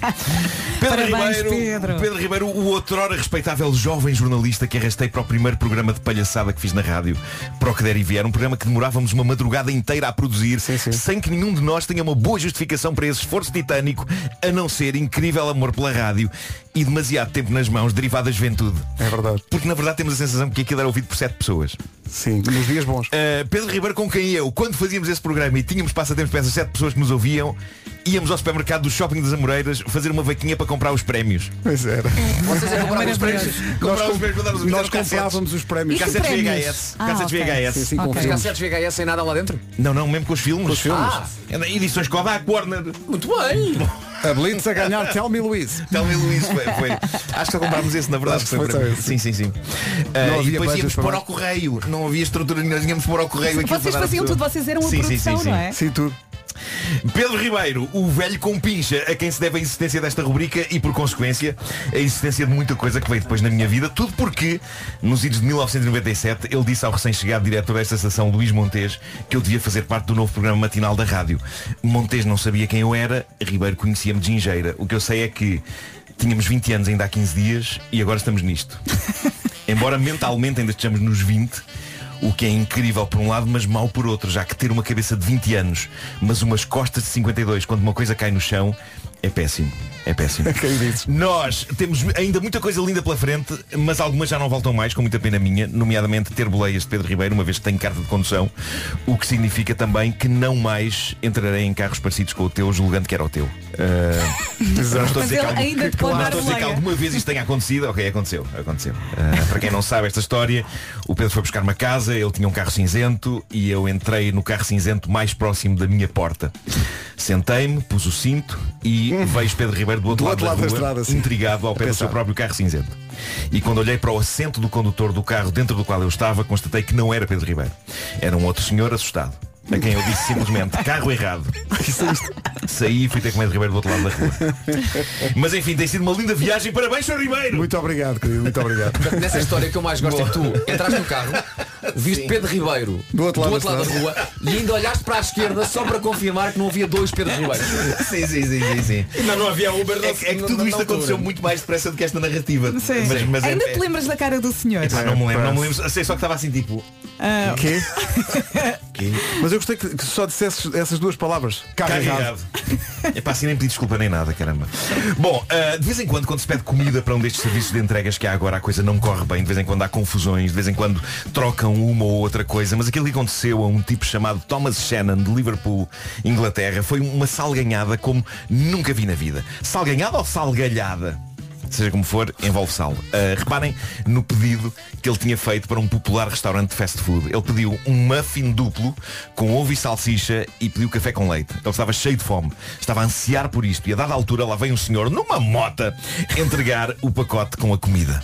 S11: Pedro
S4: Parabéns,
S11: Ribeiro,
S4: Pedro.
S11: Ribeiro, o o outrora respeitável jovem jornalista que arrastei para o primeiro programa de palhaçada que fiz na rádio, para o que der e vier, um programa que demorávamos uma madrugada inteira a produzir, sem que nenhum de nós tenha uma boa justificação para esse esforço titânico, a não ser incrível amor pela rádio e demasiado tempo nas mãos, derivado da juventude.
S2: É verdade.
S11: Porque na verdade temos a sensação que aquilo era ouvido por sete pessoas.
S2: Sim, nos dias bons.
S11: É. Eh, Pedro Ribeiro, com quem eu, quando fazíamos esse programa e tínhamos passatempos para essas sete pessoas que nos ouviam, íamos ao supermercado do Shopping das Amoreiras fazer uma vaquinha para comprar os prémios.
S2: Pois era.
S11: Vocês é comprar os prémios. Comprar os prémios, mandar-nos
S2: Nós
S11: os cassetes.
S2: comprávamos os prémios.
S11: E Cassetes prémios? VHS. Ah, Cassetes ok. VHS.
S2: Sim, sim,
S11: Ok.
S2: com
S11: Os
S2: filmes.
S1: Cassetes VHS sem nada lá dentro?
S11: Não, não, mesmo com os filmes.
S2: Com os filmes.
S11: Ah. Edições Kodak, Warner.
S1: Muito bem.
S2: A Blitz a ganhar Tell Me Luís.
S11: Tell Me Luís Então, foi, foi. Acho que só comprámos esse, na verdade.
S2: Acho
S11: que
S2: que
S11: Foi
S2: foi
S11: para
S2: só
S11: mim.
S2: esse.
S11: sim, sim, sim.
S2: Não
S11: Ah, e
S2: havia
S11: depois
S2: budget
S11: íamos
S2: para
S11: por
S2: mais.
S11: ao correio. Não havia estrutura, nós íamos pôr ao correio. aquilo para
S4: Vocês
S11: dar à
S4: faziam
S11: pessoa.
S4: tudo, vocês eram uma
S11: Sim, sim, sim,
S4: produção,
S11: sim.
S4: não é?
S2: Sim, tudo.
S11: Pedro Ribeiro, o velho compincha a quem se deve a existência desta rubrica e, por consequência, a existência de muita coisa que veio depois na minha vida. Tudo porque, nos idos de 1997, ele disse ao recém-chegado diretor desta estação, Luís Montes, que eu devia fazer parte do novo programa matinal da rádio. Montes não sabia quem eu era, Ribeiro conhecia-me de gingeira. O que eu sei é que tínhamos 20 anos ainda há 15 dias e agora estamos nisto. Embora mentalmente ainda estejamos nos 20, o que é incrível por um lado, mas mau por outro, já que ter uma cabeça de 20 anos, mas umas costas de 52, quando uma coisa cai no chão, é péssimo. É péssimo. Nós temos ainda muita coisa linda pela frente, mas algumas já não voltam mais, com muita pena minha, nomeadamente ter boleias de Pedro Ribeiro, uma vez que tenho carta de condução, o que significa também que não mais entrarei em carros parecidos com o teu, julgando que era o teu. Ah,
S2: Exato.
S11: não estou a
S4: Mas
S11: dizer que
S4: ele
S11: algum-
S4: ainda te pode
S11: não
S4: dar
S11: estou a dizer que
S4: boleia.
S11: alguma vez isto tenha acontecido, ok, aconteceu, aconteceu. Ah, para quem não sabe esta história, o Pedro foi buscar uma casa, ele tinha um carro cinzento e eu entrei no carro cinzento mais próximo da minha porta. Sentei-me, pus o cinto e vejo Pedro Ribeiro do
S2: Hum.
S11: outro,
S2: Do outro
S11: lado,
S2: lado da
S11: da, rua,
S2: estrada, sim.
S11: intrigado ao pé do seu próprio carro cinzento. E quando olhei para o assento do condutor do carro dentro do qual eu estava, constatei que não era Pedro Ribeiro. Era um outro senhor assustado. A quem eu disse simplesmente carro errado.
S4: é
S11: Saí e fui ter com o Pedro Ribeiro do outro lado da rua. Mas enfim, tem sido uma linda viagem. Parabéns, Sr. Ribeiro!
S2: Muito obrigado, querido. Muito obrigado.
S1: Nessa história o que eu mais gosto é que tu entraste no carro, viste Pedro Ribeiro
S2: Do outro lado da
S1: lado da rua e ainda olhaste para a esquerda só para confirmar que não havia dois Pedro Ribeiros.
S11: Sim, sim, sim, sim, sim.
S1: Não, não havia Uber
S11: É, que- é que tudo isto aconteceu muito mais depressa do que esta narrativa.
S4: Sim.
S11: Mas, mas é-
S4: ainda
S11: é-
S4: te lembras da cara do senhor?
S11: Epá, não me lembro, não me lembro. Sei só que estava assim tipo.
S4: Ah,
S2: Quê? Mas eu gostei que, que só dissesses essas duas palavras. Carregado.
S11: Carregado. É para assim nem pedir desculpa nem nada, caramba. Bom, ah, de vez em quando, quando se pede comida para um destes serviços de entregas que há agora, a coisa não corre bem. De vez em quando há confusões, de vez em quando trocam uma ou outra coisa. Mas aquilo que aconteceu a um tipo chamado Thomas Shannon, de Liverpool, Inglaterra, foi uma salganhada como nunca vi na vida. Salganhada ou salgalhada? Seja como for, envolve sal. Ah, reparem no pedido que ele tinha feito para um popular restaurante de fast food. Ele pediu um muffin duplo com ovo e salsicha e pediu café com leite. Ele estava cheio de fome, estava a ansiar por isto e a dada altura lá vem um senhor numa mota entregar o pacote com a comida.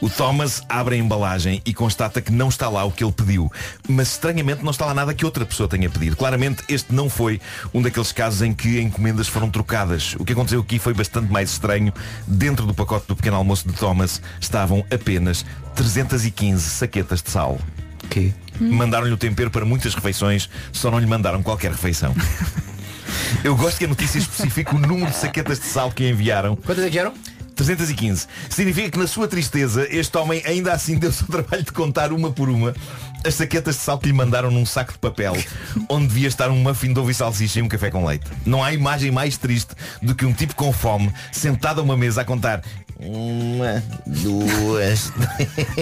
S11: O Thomas abre a embalagem e constata que não está lá o que ele pediu, mas estranhamente não está lá nada que outra pessoa tenha pedido. Claramente este não foi um daqueles casos em que encomendas foram trocadas. O que aconteceu aqui foi bastante mais estranho. Dentro do pacote do pequeno almoço de Thomas estavam apenas 315 saquetas de sal.
S1: Que?
S11: Mandaram-lhe o tempero para muitas refeições, só não lhe mandaram qualquer refeição. Eu gosto que a notícia especifique o número de saquetas de sal que enviaram.
S1: Quantas é que eram?
S11: 315. Significa que na sua tristeza este homem ainda assim deu-se o trabalho de contar uma por uma as saquetas de sal que lhe mandaram num saco de papel onde devia estar um muffin de ovo e salsicha e um café com leite. Não há imagem mais triste do que um tipo com fome sentado a uma mesa a contar uma, duas,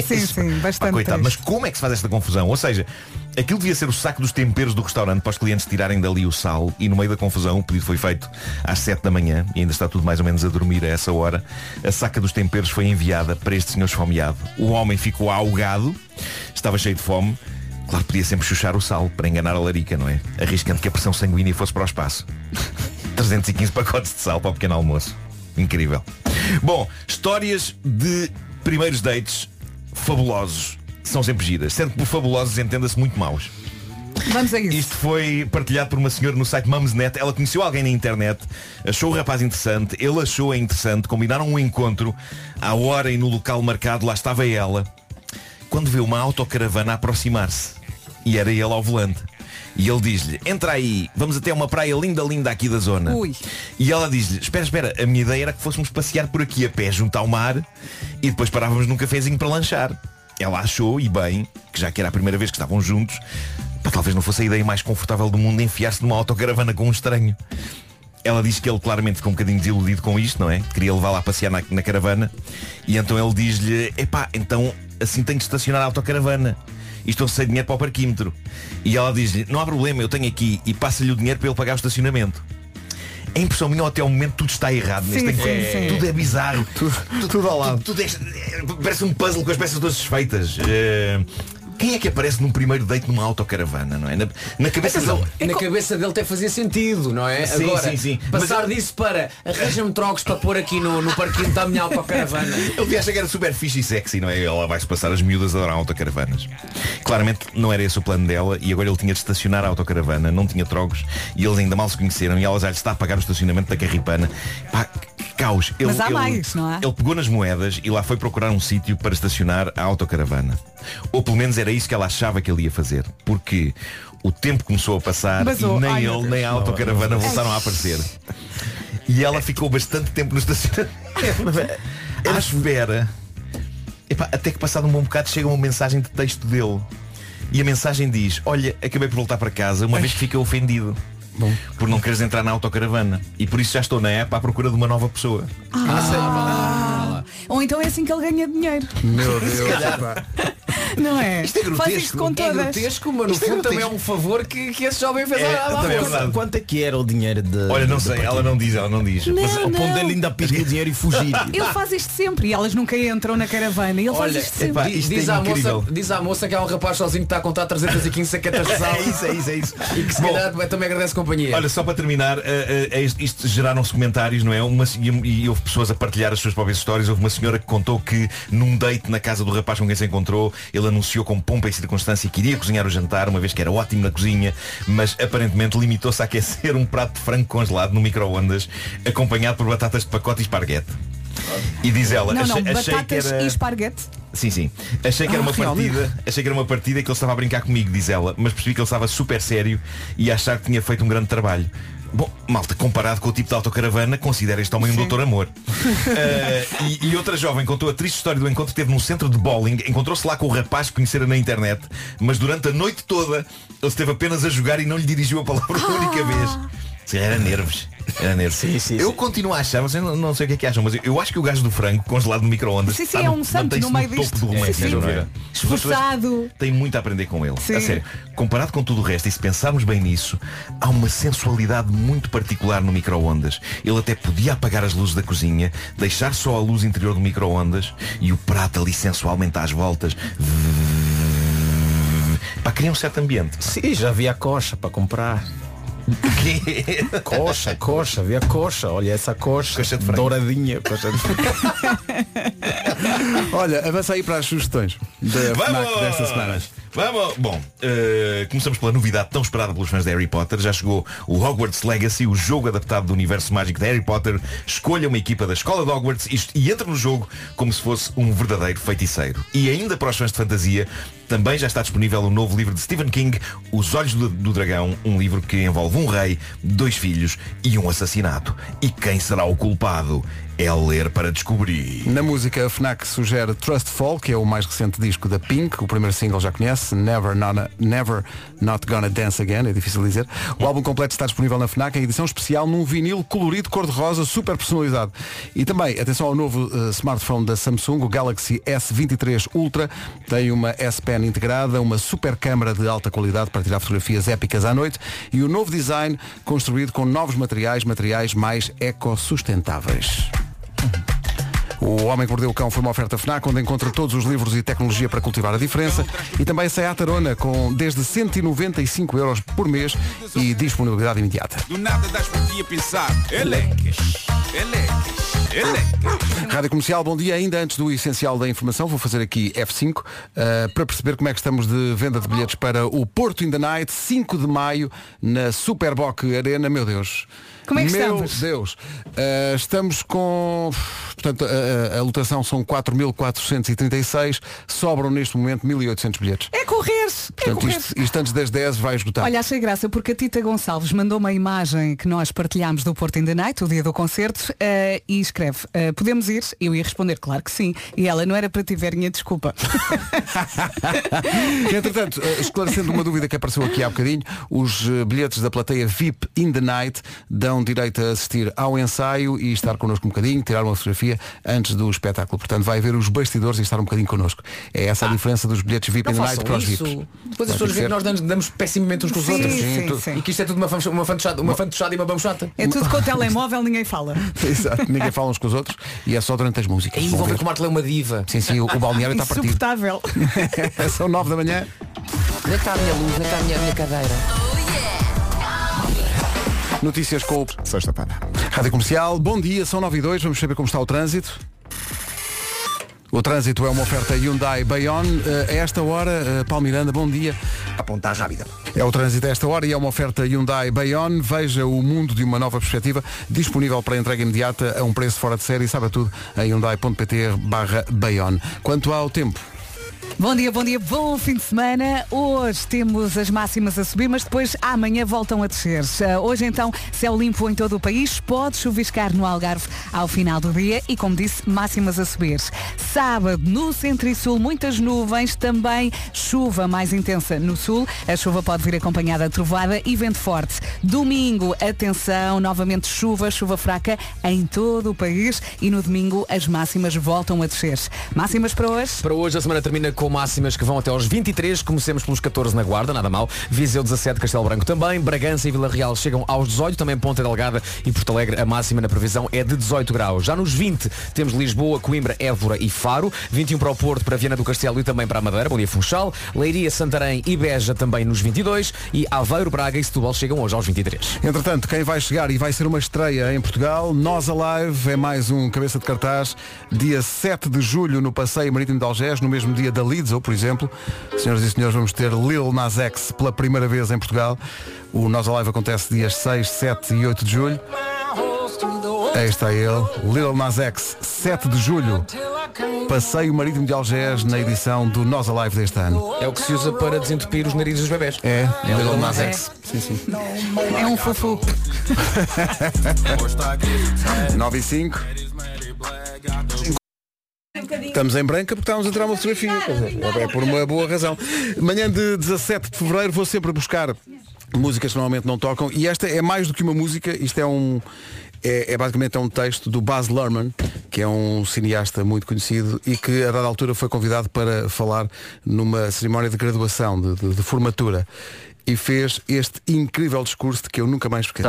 S4: Sim, sim, bastante.
S11: Ah, Coitado, mas
S4: triste.
S11: como é que se faz esta confusão? Ou seja, aquilo devia ser o saco dos temperos do restaurante para os clientes tirarem dali o sal e no meio da confusão, o pedido foi feito às 7 da manhã e ainda está tudo mais ou menos a dormir a essa hora, a saca dos temperos foi enviada para este senhor esfomeado. O homem ficou ahogado, estava cheio de fome, claro podia sempre chuchar o sal para enganar a larica, não é? Arriscando que a pressão sanguínea fosse para o espaço. 315 pacotes de sal para o pequeno almoço. Incrível. Bom, histórias de primeiros dates fabulosos. São sempre giras. Sendo que por fabulosos entenda-se muito maus.
S4: Vamos a isso.
S11: Isto foi partilhado por uma senhora no site Mumsnet. Ela conheceu alguém na internet, achou o rapaz interessante, ele achou-a interessante, combinaram um encontro, à hora e no local marcado, lá estava ela, quando vê uma autocaravana a aproximar-se. E era ele ao volante. E ele diz-lhe, entra aí, vamos até uma praia linda, linda aqui da zona.
S4: Ui.
S11: E ela diz-lhe, espera, espera, a minha ideia era que fôssemos passear por aqui a pé junto ao mar e depois parávamos num cafezinho para lanchar. Ela achou, e bem, que já que era a primeira vez que estavam juntos, pá, talvez não fosse a ideia mais confortável do mundo enfiar-se numa autocaravana com um estranho. Ela diz que ele claramente ficou um bocadinho desiludido com isto, não é? Queria levá-la a passear na, na caravana. E então ele diz-lhe, epá, então assim tenho de estacionar a autocaravana. E estou sem dinheiro para o parquímetro. E ela diz-lhe, não há problema, eu tenho aqui. E passa-lhe o dinheiro para ele pagar o estacionamento. A impressão minha até ao momento tudo está errado neste
S8: Sim, sim,
S11: encontro.
S8: sim.
S11: Tudo é bizarro. tudo,
S2: ao
S11: lado. Tudo, é- parece um puzzle com as peças todas desfeitas. Eh, quem é que aparece num primeiro date numa autocaravana, não é? Na, na cabeça
S13: Atenção,
S11: dele.
S13: na cabeça dele até fazia sentido, não é?
S11: Sim,
S13: Agora,
S11: sim, sim.
S13: passar disso para arranja-me trocos para pôr aqui no, no parquinho da minha autocaravana.
S11: Ele acha que era super fixe e sexy, não é? Ela vai-se passar as miúdas a dar autocaravanas. Claramente não era esse o plano dela e agora ele tinha de estacionar a autocaravana, não tinha trogos e eles ainda mal se conheceram e ela já lhe está a pagar o estacionamento da carripana. Pá, que caos. Ele,
S4: Mas há
S11: ele-
S4: mais, não é? há?
S11: Ele pegou nas moedas e lá foi procurar um sítio para estacionar a autocaravana. Ou pelo menos era isso que ela achava que ele ia fazer. Porque o tempo começou a passar
S8: Basou.
S11: e nem
S8: oh, Ai, meu
S11: ele
S8: Deus.
S11: nem a autocaravana
S8: Não, não, não.
S11: voltaram a aparecer. E ela ficou bastante tempo no
S8: É,
S11: estacionamento. à espera. Epá, até que passado um bom bocado chega uma mensagem de texto dele. E a mensagem diz, olha, acabei por voltar para casa uma vez que fiquei ofendido. Por não quereres entrar na autocaravana. E por isso já estou na app à procura de uma nova pessoa.
S4: Ou então é assim que ele ganha dinheiro.
S11: Meu
S4: Se calhar. Não é? Isto
S13: é grotesco.
S4: Faz isto com
S13: É
S4: todas.
S13: grotesco, mas no
S4: Isto é
S13: fundo também é
S4: grotesco.
S13: um favor que, que esse jovem
S8: ah,
S13: fez
S11: É,
S13: à- à- à-
S11: também é
S13: à-
S11: verdade.
S14: Quanto é que era o dinheiro de.
S11: Olha, não sei, ela não diz, ela não diz.
S4: Não,
S11: Mas oh, ao ponto
S4: não.
S11: dele ainda pedir o dinheiro e fugir.
S4: Ele faz isto sempre e elas nunca entram na caravana. Ele faz
S13: Olha,
S4: isto sempre.
S13: epá, é diz, diz à moça, diz à moça que há um rapaz sozinho que está a contar 315 saquetas de sal.
S11: É isso, é isso, é isso.
S13: E que se calhar também agradece companhia.
S11: Olha, só para terminar, eh, eh, eh, isto- isto geraram-se comentários, não é? Uma, e, e houve pessoas a partilhar as suas próprias histórias. Houve uma senhora que contou que num date na casa do rapaz com quem se encontrou, ele anunciou com pompa e circunstância que iria cozinhar o jantar, uma vez que era ótimo na cozinha, mas aparentemente limitou-se a aquecer um prato de frango congelado no micro-ondas, acompanhado por batatas de pacote e esparguete. E diz ela,
S4: não, não,
S11: achei, achei que
S4: batatas
S11: era...
S4: e esparguete.
S11: Sim, sim. Achei que era
S4: Ah,
S11: uma
S4: realmente.
S11: partida, achei que era uma partida que ele estava a brincar comigo, diz ela, mas percebi que ele estava super sério e a achar que tinha feito um grande trabalho. Bom, malta, comparado com o tipo de autocaravana, considera este homem um doutor amor. Ah, e, e outra jovem contou a triste história do encontro que teve num centro de bowling, encontrou-se lá com o rapaz que conhecera na internet, mas durante a noite toda ele esteve apenas a jogar e não lhe dirigiu a palavra uma única vez. Se calhar Era nervos. Era nervos. eu continuo a achar, vocês não, não sei o que é que acham, mas eu, eu acho que o gajo do frango congelado no micro-ondas
S4: Sim, sim,
S11: está
S4: é
S11: no-
S4: um santo
S11: mantém-se
S4: no meio
S11: topo
S4: disto.
S11: do romance,
S4: Sim, sim.
S11: não é? As pessoas
S4: Esforçado.
S11: Têm muito a aprender com ele.
S4: Sim.
S11: A sério. Comparado com tudo o resto, e se pensarmos bem nisso, há uma sensualidade muito particular no micro-ondas. Ele até podia apagar as luzes da cozinha, deixar só a luz interior do micro-ondas e o prato ali sensualmente às voltas. Pá, cria um certo ambiente.
S14: Sim, já havia coxa para comprar. Coxa, coxa, havia coxa. Olha essa coxa, douradinha. Coxa de...
S2: Olha, avança aí para as sugestões da FNAC desta semana.
S11: Vamos! Bom, eh, começamos pela novidade tão esperada pelos fãs de Harry Potter. Já chegou o Hogwarts Legacy, o jogo adaptado do universo mágico de Harry Potter. Escolha uma equipa da escola de Hogwarts isto- e entre no jogo como se fosse um verdadeiro feiticeiro. E ainda para os fãs de fantasia, também já está disponível o novo livro de Stephen King, Os Olhos do, do Dragão, um livro que envolve um rei, dois filhos e um assassinato. E quem será o culpado? É ler para descobrir.
S2: Na música, a FNAC sugere Trust Fall, que é o mais recente disco da Pink, o primeiro single já conhece, Never, Nona- Never Not Gonna Dance Again, é difícil dizer. O álbum completo está disponível na FNAC em edição especial num vinil colorido cor-de-rosa, super personalizado. E também, atenção ao novo eh, smartphone da Samsung, o Galaxy S23 Ultra, tem uma S Pen integrada, uma super câmara de alta qualidade para tirar fotografias épicas à noite e o novo design construído com novos materiais, materiais mais ecossustentáveis. O Homem que Mordeu o Cão foi uma oferta FNAC, onde encontra todos os livros e tecnologia para cultivar a diferença. E também sai à tarona, com desde 195 euros por mês e disponibilidade imediata.
S8: Do nada das por ti a pensar. é Elecas, elecas, elecas.
S2: Rádio Comercial, bom dia. Ainda antes do essencial da informação, vou fazer aqui F5 eh, para perceber como é que estamos de venda de bilhetes para o Porto in the Night, 5 de maio, na Superboc Arena. Meu Deus,
S4: Como é que
S2: Meu
S4: estamos?
S2: Deus. Ah, estamos com. Portanto, a, a- a lotação são 4.436. Sobram neste momento 1.800 bilhetes.
S4: É correr! -se. É
S2: Portanto,
S4: correr!
S2: isto, isto antes das 10 vai esgotar.
S4: Olha, achei graça porque a Tita Gonçalves mandou uma imagem que nós partilhámos do Porto in the Night, o dia do concerto, eh, e escreve, eh, podemos ir? Eu ia responder, claro que sim. E ela, não era para ti, Verinha, desculpa.
S2: Entretanto, eh, esclarecendo uma dúvida que apareceu aqui há bocadinho, os eh, bilhetes da plateia VIP in the night dão direito a assistir ao ensaio e estar connosco um bocadinho, tirar uma fotografia antes do espetáculo. Portanto, vai haver os bastidores e estar um bocadinho connosco. É essa a diferença dos bilhetes VIP in the
S1: Não
S2: night para
S1: façam
S2: os
S1: isso.
S2: VIPs.
S1: Depois as
S2: Vai
S1: pessoas
S2: acontecer.
S1: veem que nós damos, damos pessimamente uns com os
S4: Sim,
S1: outros.
S4: sim, Sim, tudo. sim.
S1: E que isto é tudo uma, fan- uma fantochada, uma fantochada e uma bambuchata.
S4: É tudo com o telemóvel, ninguém fala.
S2: Exato, ninguém fala uns com os outros e é só durante as músicas.
S1: Aí
S2: Vão
S1: vão ver
S2: ver.
S1: que o Marco é uma diva.
S2: Sim, sim, o, o balneário está partido. É
S4: Insuportável.
S2: São 9 da manhã.
S13: Onde é que está a minha luz? Onde é que está a minha, a minha cadeira?
S2: Notícias com o... Sexta-feira. Rádio Comercial, bom dia, são 9 e 2, vamos saber como está o trânsito. O trânsito é uma oferta Hyundai Bayon. Eh, A esta hora, eh, Paulo Miranda, bom dia.
S3: Apontar rápida.
S2: É o trânsito a esta hora e é uma oferta Hyundai Bayon. Veja o mundo de uma nova perspectiva, disponível para entrega imediata a um preço fora de série. e Sabe tudo em hyundai.pt barra Bayon. Quanto ao tempo,
S4: Bom dia, bom dia, bom fim de semana. Hoje temos as máximas a subir, mas depois amanhã voltam a descer. Ah, Hoje então, céu limpo em todo o país, pode chuviscar no Algarve ao final do dia e, como disse, máximas a subir. Sábado, no centro e sul, muitas nuvens, também chuva mais intensa no sul. A chuva pode vir acompanhada de trovoada e vento forte. Domingo, atenção, novamente chuva, chuva fraca em todo o país e no domingo as máximas voltam a descer. Máximas para hoje?
S1: Para hoje a semana termina com máximas que vão até aos 23, comecemos pelos 14 na Guarda, nada mal. Viseu 17, Castelo Branco também, Bragança e Vila Real chegam aos 18, também Ponta Delgada e Porto Alegre, a máxima na previsão é de 18 graus. Já nos 20 temos Lisboa, Coimbra, Évora e Faro, 21 para o Porto, para Viana do Castelo e também para a Madeira, Bom dia Funchal, Leiria, Santarém e Beja também nos 22 e Aveiro, Braga e Setúbal chegam hoje aos 23.
S2: Entretanto, quem vai chegar e vai ser uma estreia em Portugal, Nós Alive é mais um cabeça de cartaz, dia 7 de julho no Passeio Marítimo de Algés, no mesmo dia da Lidzo, por exemplo. Senhoras e senhores, vamos ter Lil Nas X pela primeira vez em Portugal. O Nós Alive acontece dias 6, 7 e 8 de julho. Aí está ele, Lil Nas X, 7 de julho. Passeio Marítimo de Algés na edição do Nós Alive deste ano.
S1: É o que se usa para desentupir os narizes dos bebés.
S2: É,
S1: É o
S2: Lil
S1: Lil
S2: Nas
S1: Nas
S2: X. Sim, sim.
S4: um É um fofo.
S2: 9 e 5. Estamos em branca porque estávamos a tirar uma fotografia. quer dizer, É por uma boa razão. Manhã de 17 de Fevereiro vou sempre buscar músicas que normalmente não tocam. E esta é mais do que uma música, isto é um. É, é basicamente um texto do Baz Luhrmann, que é um cineasta muito conhecido e que a dada altura foi convidado para falar numa cerimónia de graduação, de, de- de formatura. E fez este incrível discurso de que eu nunca mais esqueci.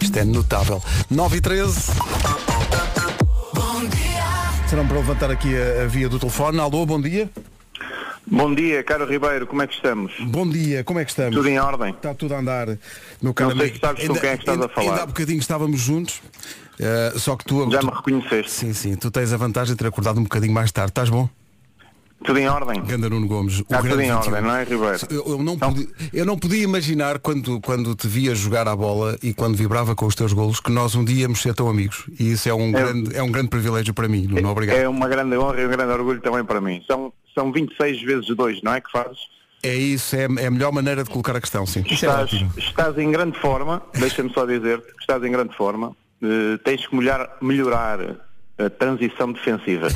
S2: Isto é notável. 9 e 13. Serão para levantar aqui a, a via do telefone. Alô, bom dia.
S15: Bom dia, caro Ribeiro, como é que estamos?
S2: Bom dia, como é que estamos?
S15: Tudo em ordem?
S2: Está tudo a andar. Meu caro
S15: Não sei
S2: amigo.
S15: se sabes com
S2: Ainda-
S15: quem é que estás
S2: ainda-
S15: a falar.
S2: Ainda há bocadinho estávamos juntos, eh, só que tu... Já me
S15: reconheceste.
S2: Sim, sim, tu tens a vantagem de ter acordado um bocadinho mais tarde. Estás bom?
S15: Tudo em ordem?
S2: Ganda Nuno Gomes. o
S15: Está tudo
S2: grande
S15: em
S2: 21.
S15: ordem, não é, Ribeiro? Então-
S2: Eu, eu não podia, eu não podia imaginar quando, quando te via jogar à bola e quando vibrava com os teus golos que nós um dia íamos ser tão amigos. E isso é um,
S15: É.
S2: Grande, é um grande privilégio para mim, Nuno. Obrigado.
S15: É uma grande honra e um grande orgulho também para mim. São, são 26 vezes 2, não é que fazes?
S2: É isso, é, é a melhor maneira de colocar a questão, sim.
S16: é
S15: Estás, estás em grande forma, deixa-me só dizer que estás em grande forma. Eh, tens que melhorar, melhorar a transição defensiva.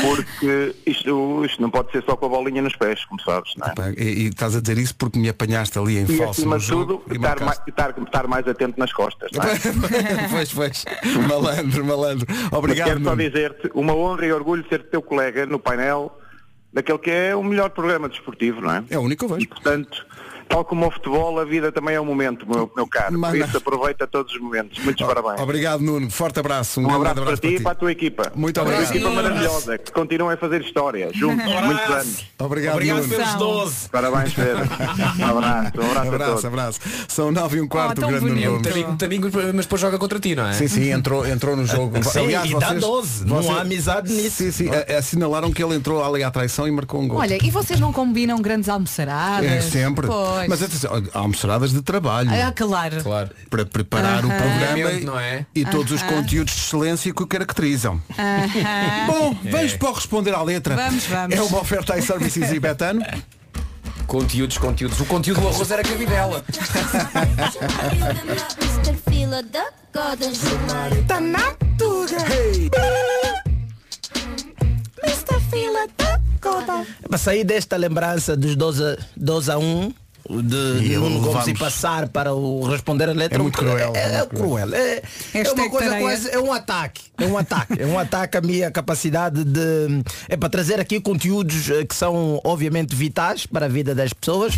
S15: Porque isto, isto não pode ser só com a bolinha nos pés, como sabes, não é?
S2: Pá, E, e estás a dizer isso porque me apanhaste ali
S16: é.
S2: em
S15: E
S2: falso
S15: acima
S2: no
S15: de
S2: jogo
S15: tudo,
S2: e
S15: estar, mais,
S2: marcaste.
S15: estar, estar mais atento nas costas. Não é?
S2: pois, pois. Malandro, malandro. Obrigado.
S15: Mas quero só
S2: Nuno.
S15: dizer-te uma honra e orgulho de ser teu colega no painel daquele que é o melhor programa desportivo, não é?
S2: É o único vejo.
S15: E, portanto, tal como o futebol, a vida também é um momento, meu, meu caro.
S2: Mana.
S15: Por isso aproveita todos os momentos. Muitos parabéns.
S2: Obrigado, Nuno. Forte abraço. Um,
S15: Um
S2: grande
S15: abraço, para ti e para a tua equipa.
S2: Muito
S15: Uma
S2: obrigado.
S15: equipa
S2: Um abraço.
S15: maravilhosa, que continua a fazer história, juntos,
S2: Um
S15: muitos
S2: abraço.
S15: anos.
S2: Obrigado, Obrigado Nuno. pelos 12.
S15: Parabéns, Pedro. Um abraço, um abraço, a todos.
S2: abraço, abraço. São 9 e
S4: Oh,
S2: um quarto, grande
S1: É
S2: Nuno
S1: muito
S2: Gomes.
S1: amigo, muito amigo, mas depois joga contra ti, não é?
S2: Sim, sim, entrou, entrou no jogo.
S1: Sim, e dá 12. Não há
S2: amizade
S4: é
S2: nisso. Sim, sim, a- assinalaram que ele entrou ali à traição e marcou um gol.
S4: Olha, e vocês não combinam grandes almoçaradas?
S2: É sempre.
S4: Pois. Pois.
S2: Mas atenção, há almoçaradas de trabalho.
S4: Ah, claro.
S2: Para preparar o
S4: Aham.
S2: programa
S4: Obviamente, não é?
S2: e todos os
S4: Aham.
S2: conteúdos de excelência que o caracterizam.
S4: Aham.
S2: Bom,
S4: É.
S2: vamos para o responder à letra.
S4: Vamos, vamos.
S2: É uma oferta e services e betano.
S1: Conteúdos, conteúdos. O conteúdo do arroz era cabidela.
S6: Tá na tuga. Mr. Fila da Goda.
S16: Para sair desta lembrança dos 12, 12 a 1 de, de Nuno Gomes e
S17: levamos.
S16: passar para o responder a letra
S17: É muito cruel,
S16: É, é cruel. É, é
S17: Hashtag
S16: uma coisa
S17: tareia.
S16: quase. É um ataque. É um ataque. é um ataque à minha capacidade de. É para trazer aqui conteúdos eh, que são obviamente vitais para a vida das pessoas.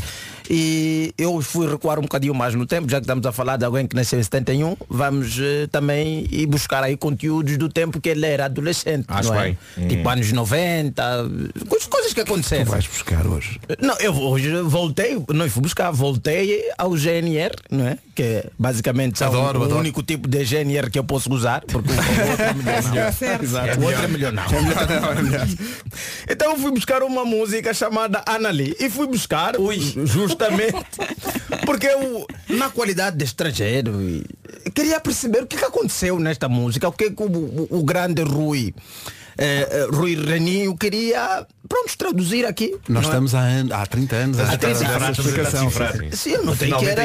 S16: E eu fui recuar um bocadinho mais no tempo, já que estamos a falar de alguém que nasceu em 71, vamos eh, também ir buscar aí conteúdos do tempo que ele era adolescente.
S17: Acho
S16: não é?
S17: bem.
S16: Tipo
S17: Hum.
S16: anos 90, coisas- coisas que aconteceram.
S2: vais buscar hoje.
S16: Não, eu hoje voltei, não fui buscar, voltei ao GNR, não é? Que basicamente são
S17: Adoro,
S16: o
S17: adoro.
S16: único tipo de GNR que eu posso usar, porque o
S17: Exato.
S16: outro é melhor não. Então eu fui buscar uma música chamada Anali e fui buscar justamente porque eu, na qualidade de estrangeiro, e- queria perceber o que, que aconteceu nesta música, o que, que o, o- o grande Rui, eh, eh, Rui Reninho queria, pronto, traduzir aqui. não
S2: Nós
S16: é?
S2: estamos há, an- há 30 anos
S16: Há
S2: à
S16: 30
S2: espera dessa
S16: anos,
S2: explicação.
S16: Sim, eu notei que era...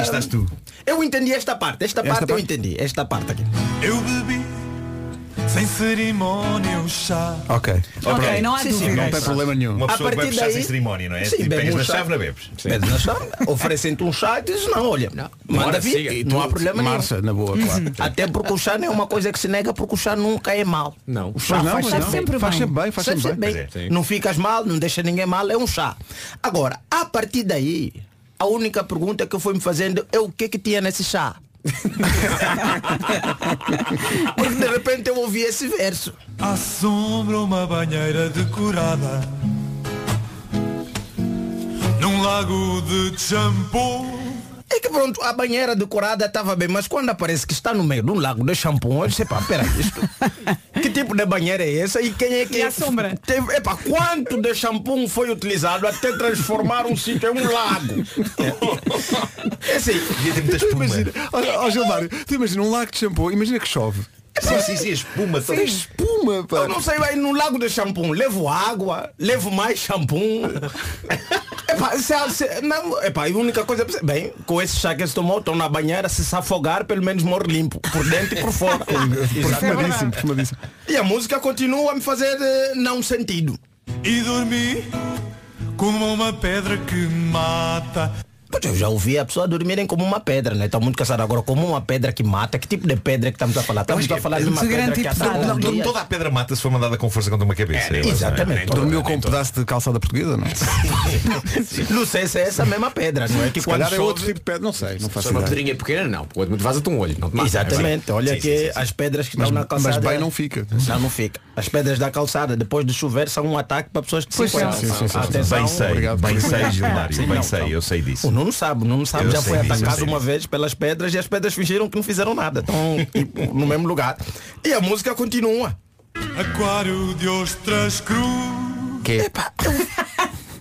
S16: Eu entendi esta parte, esta, parte, eu entendi, esta parte aqui.
S18: Eu bebi sem cerimónia o chá.
S2: Ok.
S16: Ok, não há Sim, sim, dúvidas. não tem problema nenhum.
S11: Uma
S16: A
S11: pessoa que vai
S16: partir
S11: puxar sem
S16: daí-
S11: cerimónia, não é?
S16: Sim,
S11: Tipo,
S16: bebe
S11: pegas
S16: um
S11: na
S16: chá.
S11: chave, não bebes.
S16: Pedes na chave, oferecem-te um chá e dizes, não, olha, manda
S11: Bora,
S16: vir,
S11: siga.
S16: e
S11: Tu
S16: não há problema
S11: marcha,
S16: nenhum.
S11: na boa, claro.
S16: Uhum. Até porque o chá não é uma coisa que se nega, porque o chá nunca é mal. Não. O chá
S2: Pois não,
S16: faz,
S2: pois
S16: sempre
S2: não.
S16: bem.
S2: Faz sempre bem, faz sempre bem. Pois é, sim.
S16: Não ficas mal, não deixa ninguém mal, é um chá. Agora, a partir daí, a única pergunta que eu fui me fazendo é o que que tinha nesse chá. Porque de repente eu ouvi esse verso.
S18: À sombra uma banheira decorada Num lago de shampoo
S16: É que pronto, a banheira decorada estava bem, mas quando aparece que está no meio de um lago de shampoo, eu disse, pá, peraí, isto. que tipo de banheira é essa e quem é que... E a sombra? Teve, epá, quanto de shampoo
S2: um
S16: foi utilizado até transformar um sítio em um lago? é assim,
S2: Tu imagina, ó, ó, Gilmário, tu imagina um lago de shampoo, imagina que chove.
S11: Sim, sim, sim, espuma toda.
S16: Sim, espuma,
S11: pá.
S16: Eu não sei, vai num lago de shampoo, levo água, levo mais shampoo. Epá, se, se, não, epá, e a única coisa Bem, com esse chá que se tomou, estão na banheira, se se afogar, pelo menos morre limpo, por dentro e por fora.
S2: Perfumadíssimo, perfumadíssimo.
S16: E a música continua a me fazer eh, não sentido.
S18: E dormi como uma pedra que mata
S16: Pois eu já ouvi a pessoa dormirem como uma pedra, né? Estão muito cansados agora, como uma pedra que mata. Que tipo de pedra é que estamos a falar? Estamos a falar de uma pedra
S2: tipo
S16: que ataca.
S11: Não, não, Toda a pedra mata se for mandada com força contra uma cabeça. Eu acho, não é?
S2: Exatamente. Dormiu com um pedaço de calçada portuguesa, não é?
S16: Não sei se é essa mesma pedra, não é? Que
S2: Se
S16: quando
S2: calhar é
S16: chove-
S2: outro tipo de pedra, não sei, não faço
S1: Se for uma
S2: ideia.
S1: pedrinha pequena, não. Pô, vaza-te um olho. Não te mata.
S16: Exatamente, olha
S1: Sim,
S16: que
S2: é-
S16: as pedras que estão
S1: Mas-
S16: na
S1: mas
S16: calçada. é.
S1: bem não
S2: fica.
S16: Não, não fica. As pedras da calçada, depois de chover, são um ataque para pessoas de
S11: Pois
S16: 50.
S11: são. Sim, sim, sim, sim.
S16: Atenção.
S11: Bem sei,
S16: Obrigado.
S11: bem sei, Gilmário,
S16: Sim,
S11: bem
S16: não,
S11: sei,
S10: tá.
S16: não.
S11: eu sei disso.
S16: O Nuno sabe, o Nuno sabe,
S11: Eu
S16: já
S11: sei
S16: foi
S11: disso, eu
S16: atacado
S11: sei
S16: uma vez pelas pedras e as pedras fingiram que não fizeram nada. Estão tipo, no mesmo lugar. E a música continua.
S18: Aquário de ostras cru
S1: é-
S16: Epá,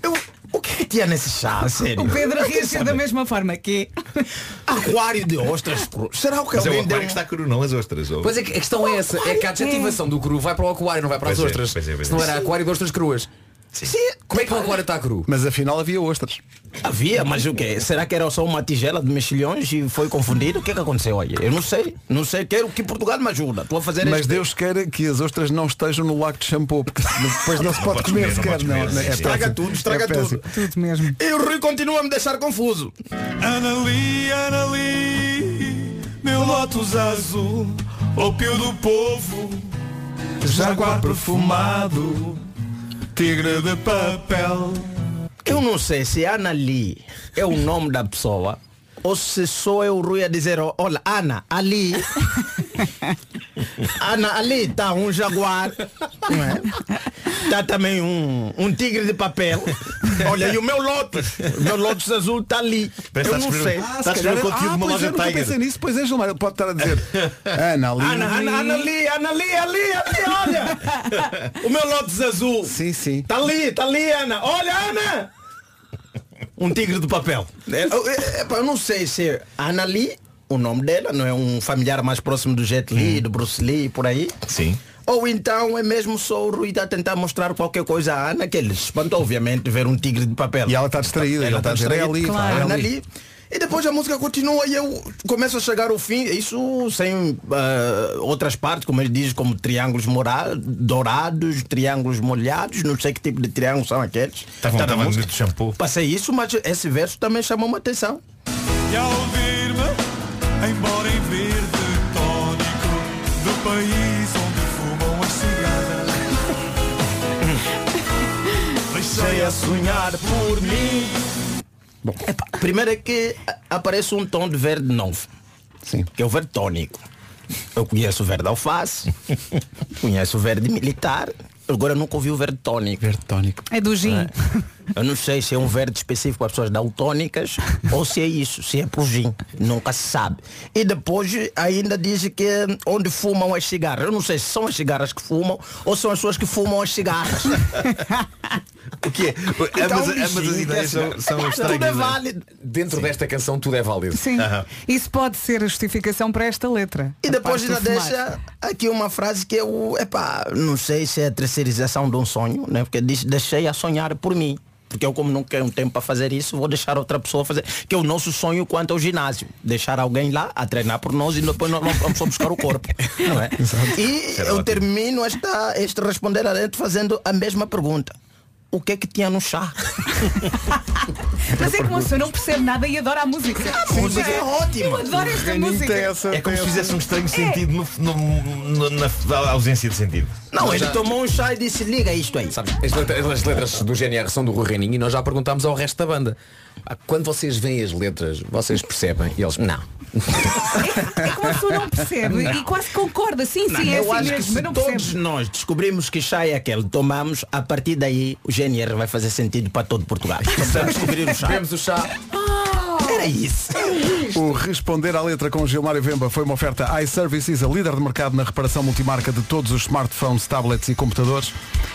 S16: eu, eu- o que é que tinha nesse
S11: Ah,
S16: chá? a sério?
S4: O Pedro
S16: Eu quero
S4: reagiu da
S16: saber.
S4: mesma forma que é
S16: Aquário de ostras cru. Será o que
S11: Mas é o
S16: alguém
S11: aquário
S16: deu
S11: que está cru, não as ostras. ou-
S1: Pois é, que a questão é essa. É que a adjetivação do cru vai para o aquário, não vai para as
S11: Pois é,
S1: ostras.
S11: pois é, pois é.
S1: Se não era aquário de ostras cruas. Como é que o aquário está cru?
S2: Mas afinal havia ostras.
S16: Havia, mas o quê? Será que era só uma tigela de mexilhões e foi confundido? O que é que aconteceu aí? Eu não sei. Não sei. Quero que Portugal me ajuda. Estou a fazer
S2: Mas
S16: este-
S2: Deus queira que as ostras não estejam no lago de shampoo, porque depois não se pode comer sequer. não, não, é
S16: estraga
S2: péssimo.
S16: tudo,
S2: É
S16: estraga
S2: péssimo.
S16: tudo.
S4: Tudo mesmo.
S16: E o Rui continua a me deixar confuso.
S18: Anali, Anali, meu lótus azul, ópio do povo, jaguar perfumado, tigre de papel.
S16: Eu não sei se Ana Lee é o nome da pessoa ou se sou eu Rui a dizer, "Ó, olha, Ana, ali. Ana, Ah, ali está um jaguar. é? Está também um, um tigre de papel. Olha, e o meu lótus, o meu lótus azul está ali.
S2: Parece
S16: eu
S2: que
S16: não
S2: está a
S16: sei.
S2: escrever- Ah, se calhar-
S16: um
S2: ah, pois eu nunca pensei nisso, pois é, Gilmar, pode estar a dizer. Ana ali.
S16: Ana, Ana, Ana ali, Ana ali, ali, ali, olha. O meu lótus azul.
S2: Sim, sim.
S16: Tá ali, tá ali, Ana. Olha, Ana. Um tigre de papel. É, é, é, pá, eu não sei se é Ana Lee, o nome dela, não é um familiar mais próximo do Jet Li, do Bruce Lee, por aí.
S11: Sim.
S16: Ou então é mesmo só o Rui está a tentar mostrar qualquer coisa à Ana, que ele se espantou, obviamente, ver um tigre de papel.
S2: E ela está distraída,
S16: ela
S2: ele
S16: está
S2: está a dizer,
S16: distraída.
S2: "É ali,
S16: Claro.
S2: é
S16: Ana
S2: ali."
S16: Lee. E depois a música continua e eu começo a chegar ao fim, isso sem ah, outras partes, como ele diz, como triângulos mora- dourados, triângulos molhados, não sei que tipo de triângulo são aqueles.
S11: Tá com
S16: Tá na
S11: vontade
S16: música.
S11: de shampoo.
S16: Passei isso, mas esse verso também chamou uma atenção.
S18: E ao ouvir-me, embora em verde tónico Do país onde fumam as cigarras Deixei a sonhar por mim
S16: Epá, primeiro é que a- aparece um tom de verde novo. Sim. Que é o verde tónico. Eu conheço o verde alface, conheço o verde militar, agora nunca ouvi o verde tónico. Verde tónico.
S4: É do gin.
S16: Eu não sei se é um verde específico para pessoas daltônicas ou se é isso, se é pro gin. Nunca se sabe. E depois ainda diz que é onde fumam as cigarras. Eu não sei se são as cigarras que fumam ou são as pessoas que fumam as cigarras.
S11: O que é?
S1: Ambas- ambas as ideias são- são estranhas,
S16: Tudo é
S1: não é?
S16: válido.
S1: Dentro desta canção tudo é válido.
S4: Sim. Isso pode ser a justificação para esta letra.
S16: E depois
S4: Para
S16: ainda
S4: tu fumar.
S16: deixa aqui uma frase que eu, epá, não sei se é a terceirização de um sonho, né? Porque diz, deixei a sonhar por mim. Porque eu como não tenho tempo para fazer isso, vou deixar outra pessoa fazer. Que é o nosso sonho quanto ao ginásio. Deixar alguém lá a treinar por nós e depois nós vamos só buscar o corpo. Não é? E
S11: Será
S16: eu
S11: ótimo.
S16: termino esta, este responder a dentro fazendo a mesma pergunta. O que é que tinha no chá?
S4: Mas é que uma pessoa não percebe nada e adora a música. A
S16: música é ótima.
S4: Eu adoro esta música.
S11: é como se fizesse um estranho sentido no- no- no- na, na ausência de sentido.
S16: Não, ele tomou um chá e disse, liga isto aí.
S1: Sabes, as letras, as letras do GNR são do Rui Reininho e nós já perguntámos ao resto da banda. "Ah, Quando vocês veem as letras, vocês percebem? E eles, não.
S4: É que uma pessoa não percebe
S16: Não.
S4: e quase concorda. Sim,
S16: Não,
S4: sim, é
S16: eu
S4: assim
S16: acho que
S4: mesmo.
S16: se
S4: mas não
S16: todos
S4: percebe.
S16: nós descobrimos que chá é aquele, tomamos, a partir daí o GNR vai fazer sentido para todo Portugal. Precisamos descobrir o chá.
S1: Bebemos o chá.
S16: Era isso.
S2: O Responder à Letra com Gilmário Vemba foi uma oferta iServices, a líder de mercado na reparação multimarca de todos os smartphones, tablets e computadores.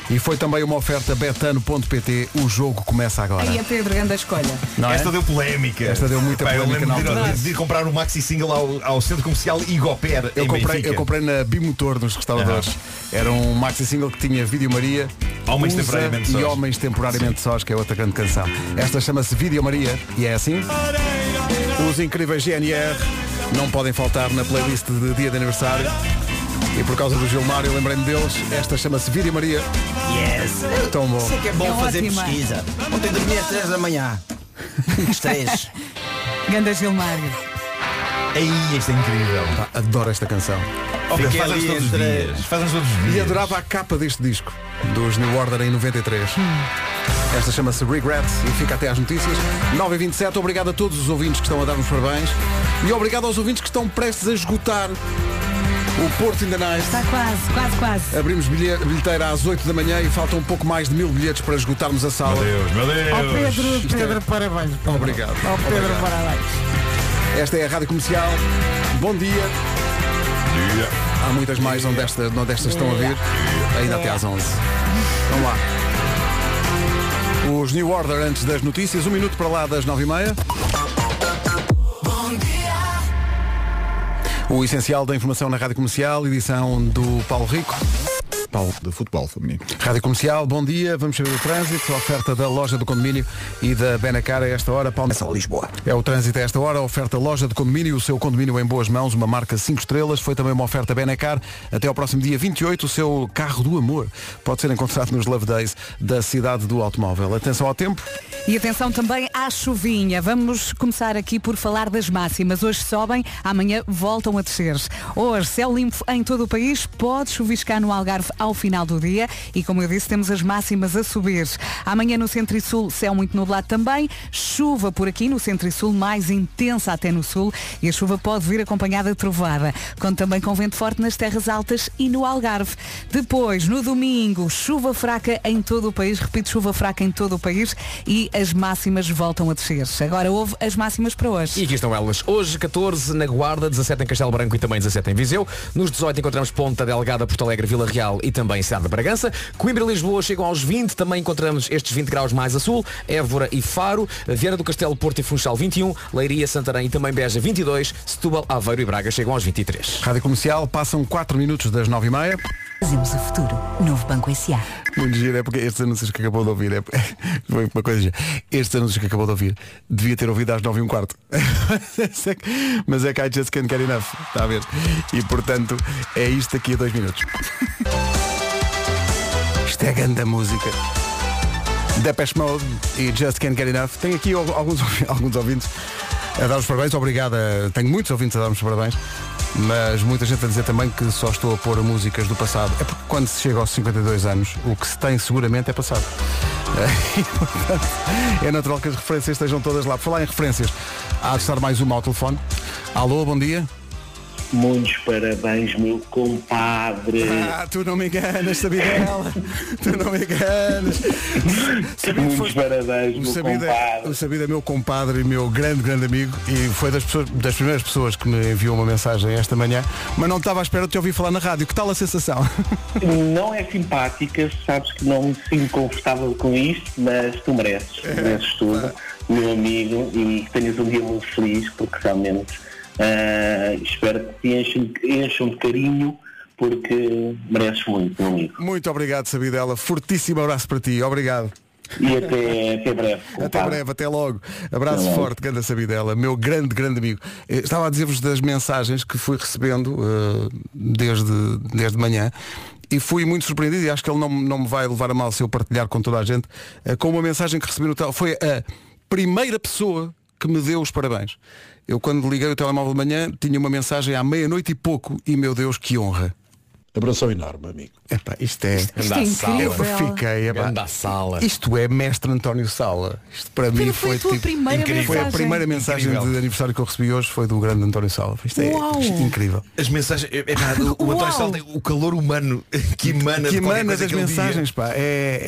S2: E foi também uma oferta betano.pt. O jogo começa agora.
S4: Aí é Pedro grande a escolha.
S2: Não é?
S11: Esta deu polémica.
S2: Esta deu muita
S11: Pá,
S2: polémica
S11: Eu
S2: na
S11: lembro de,
S2: altura.
S11: ir- de ir comprar o maxi single ao, ao centro comercial Igopera.
S2: Eu
S11: em
S2: comprei,
S11: Benfica.
S2: eu comprei na Bimotor nos restauradores. Era um maxi single que tinha Vídeo Maria,
S11: Homens
S2: Usa
S11: Temporariamente
S2: e
S11: Sós.
S2: Homens Temporariamente Sós, que é outra grande canção. Esta chama-se Vídeo Maria e é assim. Os incríveis GNR não podem faltar na playlist de dia de aniversário. E por causa do Gilmar, eu lembrei-me deles. Esta chama-se Vídeo Maria.
S16: Yes.
S2: Tão bom.
S16: Sei que é bom
S4: É
S16: fazer
S4: ótima.
S16: pesquisa. Ontem dormi às 3 da manhã. Às 3.
S4: Ganda Gilmário.
S11: Ei, isto é incrível.
S2: Pá, Adoro esta canção.
S11: Olha,
S16: Fiquei
S11: faz-nos
S16: ali
S11: todos os
S16: entre-
S11: dias. Faz-nos todos os dias.
S2: E adorava a capa deste disco, dos New Order em 93. Esta chama-se Regret e fica até às notícias. 9h27, obrigado a todos os ouvintes que estão a dar-nos parabéns e obrigado aos ouvintes que estão prestes a esgotar o Porto in the Night.
S4: Está tá quase, quase, quase.
S2: Abrimos bilhe- bilheteira às 8 da manhã e faltam um pouco mais de mil bilhetes para esgotarmos a sala.
S11: Meu Deus, meu Deus.
S2: Ó,
S11: Pedro,
S2: Pedro,
S14: parabéns.
S2: é- Obrigado.
S14: Pedro,
S2: Obrigado. Esta é a Rádio Comercial. Bom dia. Há muitas mais onde estas, onde estas estão a vir. Ainda até às 11. Vamos lá. Os New Order antes das notícias. Um minuto para lá das 9h30. O essencial da informação na Rádio Comercial, edição do Paulo Rico.
S10: Paulo de futebol feminino.
S2: Rádio Comercial, bom dia, vamos saber o trânsito, a oferta da loja do condomínio e da Benacar a esta hora, Palmeiras Lisboa. É o trânsito a esta hora, a oferta loja do condomínio, o seu condomínio em boas mãos, uma marca 5 estrelas, foi também uma oferta Benacar, até ao próximo dia 28, o seu carro do amor pode ser encontrado nos Love Days da cidade do automóvel. Atenção ao tempo.
S4: E atenção também à chuvinha. Vamos começar aqui por falar das máximas. Hoje sobem, amanhã voltam a descer. Hoje, céu limpo em todo o país, pode chuviscar no Algarve ao final do dia e, como eu disse, temos as máximas a subir. Amanhã no centro e sul, céu muito nublado também, chuva por aqui no centro e sul, mais intensa até no sul, e a chuva pode vir acompanhada de trovada, conto também com vento forte nas terras altas e no Algarve. Depois, no domingo, chuva fraca em todo o país, repito, chuva fraca em todo o país e as máximas voltam a descer. Agora houve as máximas para hoje.
S1: E aqui estão elas. Hoje 14 na Guarda, 17 em Castelo Branco e também 17 em Viseu. Nos 18 encontramos Ponta Delgada, Porto Alegre, Vila Real e também também Cidade de Bragança. Coimbra e Lisboa chegam aos 20, também encontramos estes 20 graus mais a sul. Évora e Faro, Viana do Castelo, Porto e Funchal 21, Leiria, Santarém e também Beja 22, Setúbal, Aveiro e Braga chegam aos 23.
S2: Rádio Comercial, passam 4 minutos das 9h30.
S5: Fazemos o futuro. Novo Banco S.A.
S2: Muito giro, é porque estes anúncios que acabou de ouvir é foi uma coisa gira. Estes anúncios que acabou de ouvir devia ter ouvido às 9 e um quarto. Mas é que I just can't get enough, está a ver? E portanto é isto aqui a dois minutos. Isto é grande música. Depeche Mode e Just Can't Get Enough. Tenho aqui al- alguns, ouvi- alguns ouvintes a dar os parabéns. Obrigada. Tenho muitos ouvintes a dar-nos parabéns. Mas muita gente a dizer também que só estou a pôr músicas do passado. É porque quando se chega aos 52 anos, o que se tem seguramente é passado. E, portanto, é natural que as referências estejam todas lá. Por falar em referências, há de estar mais uma ao telefone. Alô, bom dia.
S19: Muitos parabéns, meu compadre.
S2: Ah, tu não me enganas, sabia dela. tu não me enganas. Sabia que
S19: Muitos
S2: foste-
S19: parabéns,
S2: O
S19: Um meu
S2: Sabida,
S19: compadre.
S2: o Sabida é meu compadre e meu grande, grande amigo e foi das, pessoas- das primeiras pessoas que me enviou uma mensagem esta manhã, mas não estava à espera de te ouvir falar na rádio. Que tal a sensação?
S19: Não é simpática, sabes que não me sinto confortável com isto, mas tu mereces, mereces tudo, meu amigo, e que tenhas um dia muito feliz, porque realmente ah, espero que te encham, que encham de carinho, porque mereces muito, meu amigo.
S2: Muito obrigado, Sabidela. Fortíssimo abraço para ti. Obrigado.
S19: E até, até breve.
S2: Até breve, até logo. Abraço
S19: Até logo.
S2: forte, grande a Sabidela, meu grande, grande amigo. Eh, Estava a dizer-vos das mensagens que fui recebendo eh, desde, desde manhã e fui muito surpreendido e acho que ele não, não me vai levar a mal se eu partilhar com toda a gente eh, com uma mensagem que recebi no tal. Foi a primeira pessoa que me deu os parabéns. Eu quando liguei o telemóvel de manhã tinha uma mensagem à meia-noite e pouco e meu Deus, que honra.
S10: Abração enorme, amigo.
S2: Epá, isto é.
S10: Isto é Ganda sala.
S2: Eu
S10: incrível.
S2: fiquei. epá.
S10: Ganda sala.
S2: Isto é mestre António Sala. Isto para
S10: Pedro,
S2: mim
S10: foi
S2: foi
S10: a tua
S2: tipo-
S10: primeira Incrível.
S2: Foi a
S10: mensagem.
S2: primeira mensagem
S11: Incrível.
S2: de aniversário que eu recebi hoje foi do grande António Sala. Isto é
S11: Uau.
S2: isto é incrível.
S11: As mensagens. é- é pá, o- o
S2: Uau.
S11: António Sal tem o calor humano que emana,
S2: que
S11: de qualquer
S2: emana
S11: coisa
S2: das
S11: que ele diga.
S2: mensagens, pá. É, é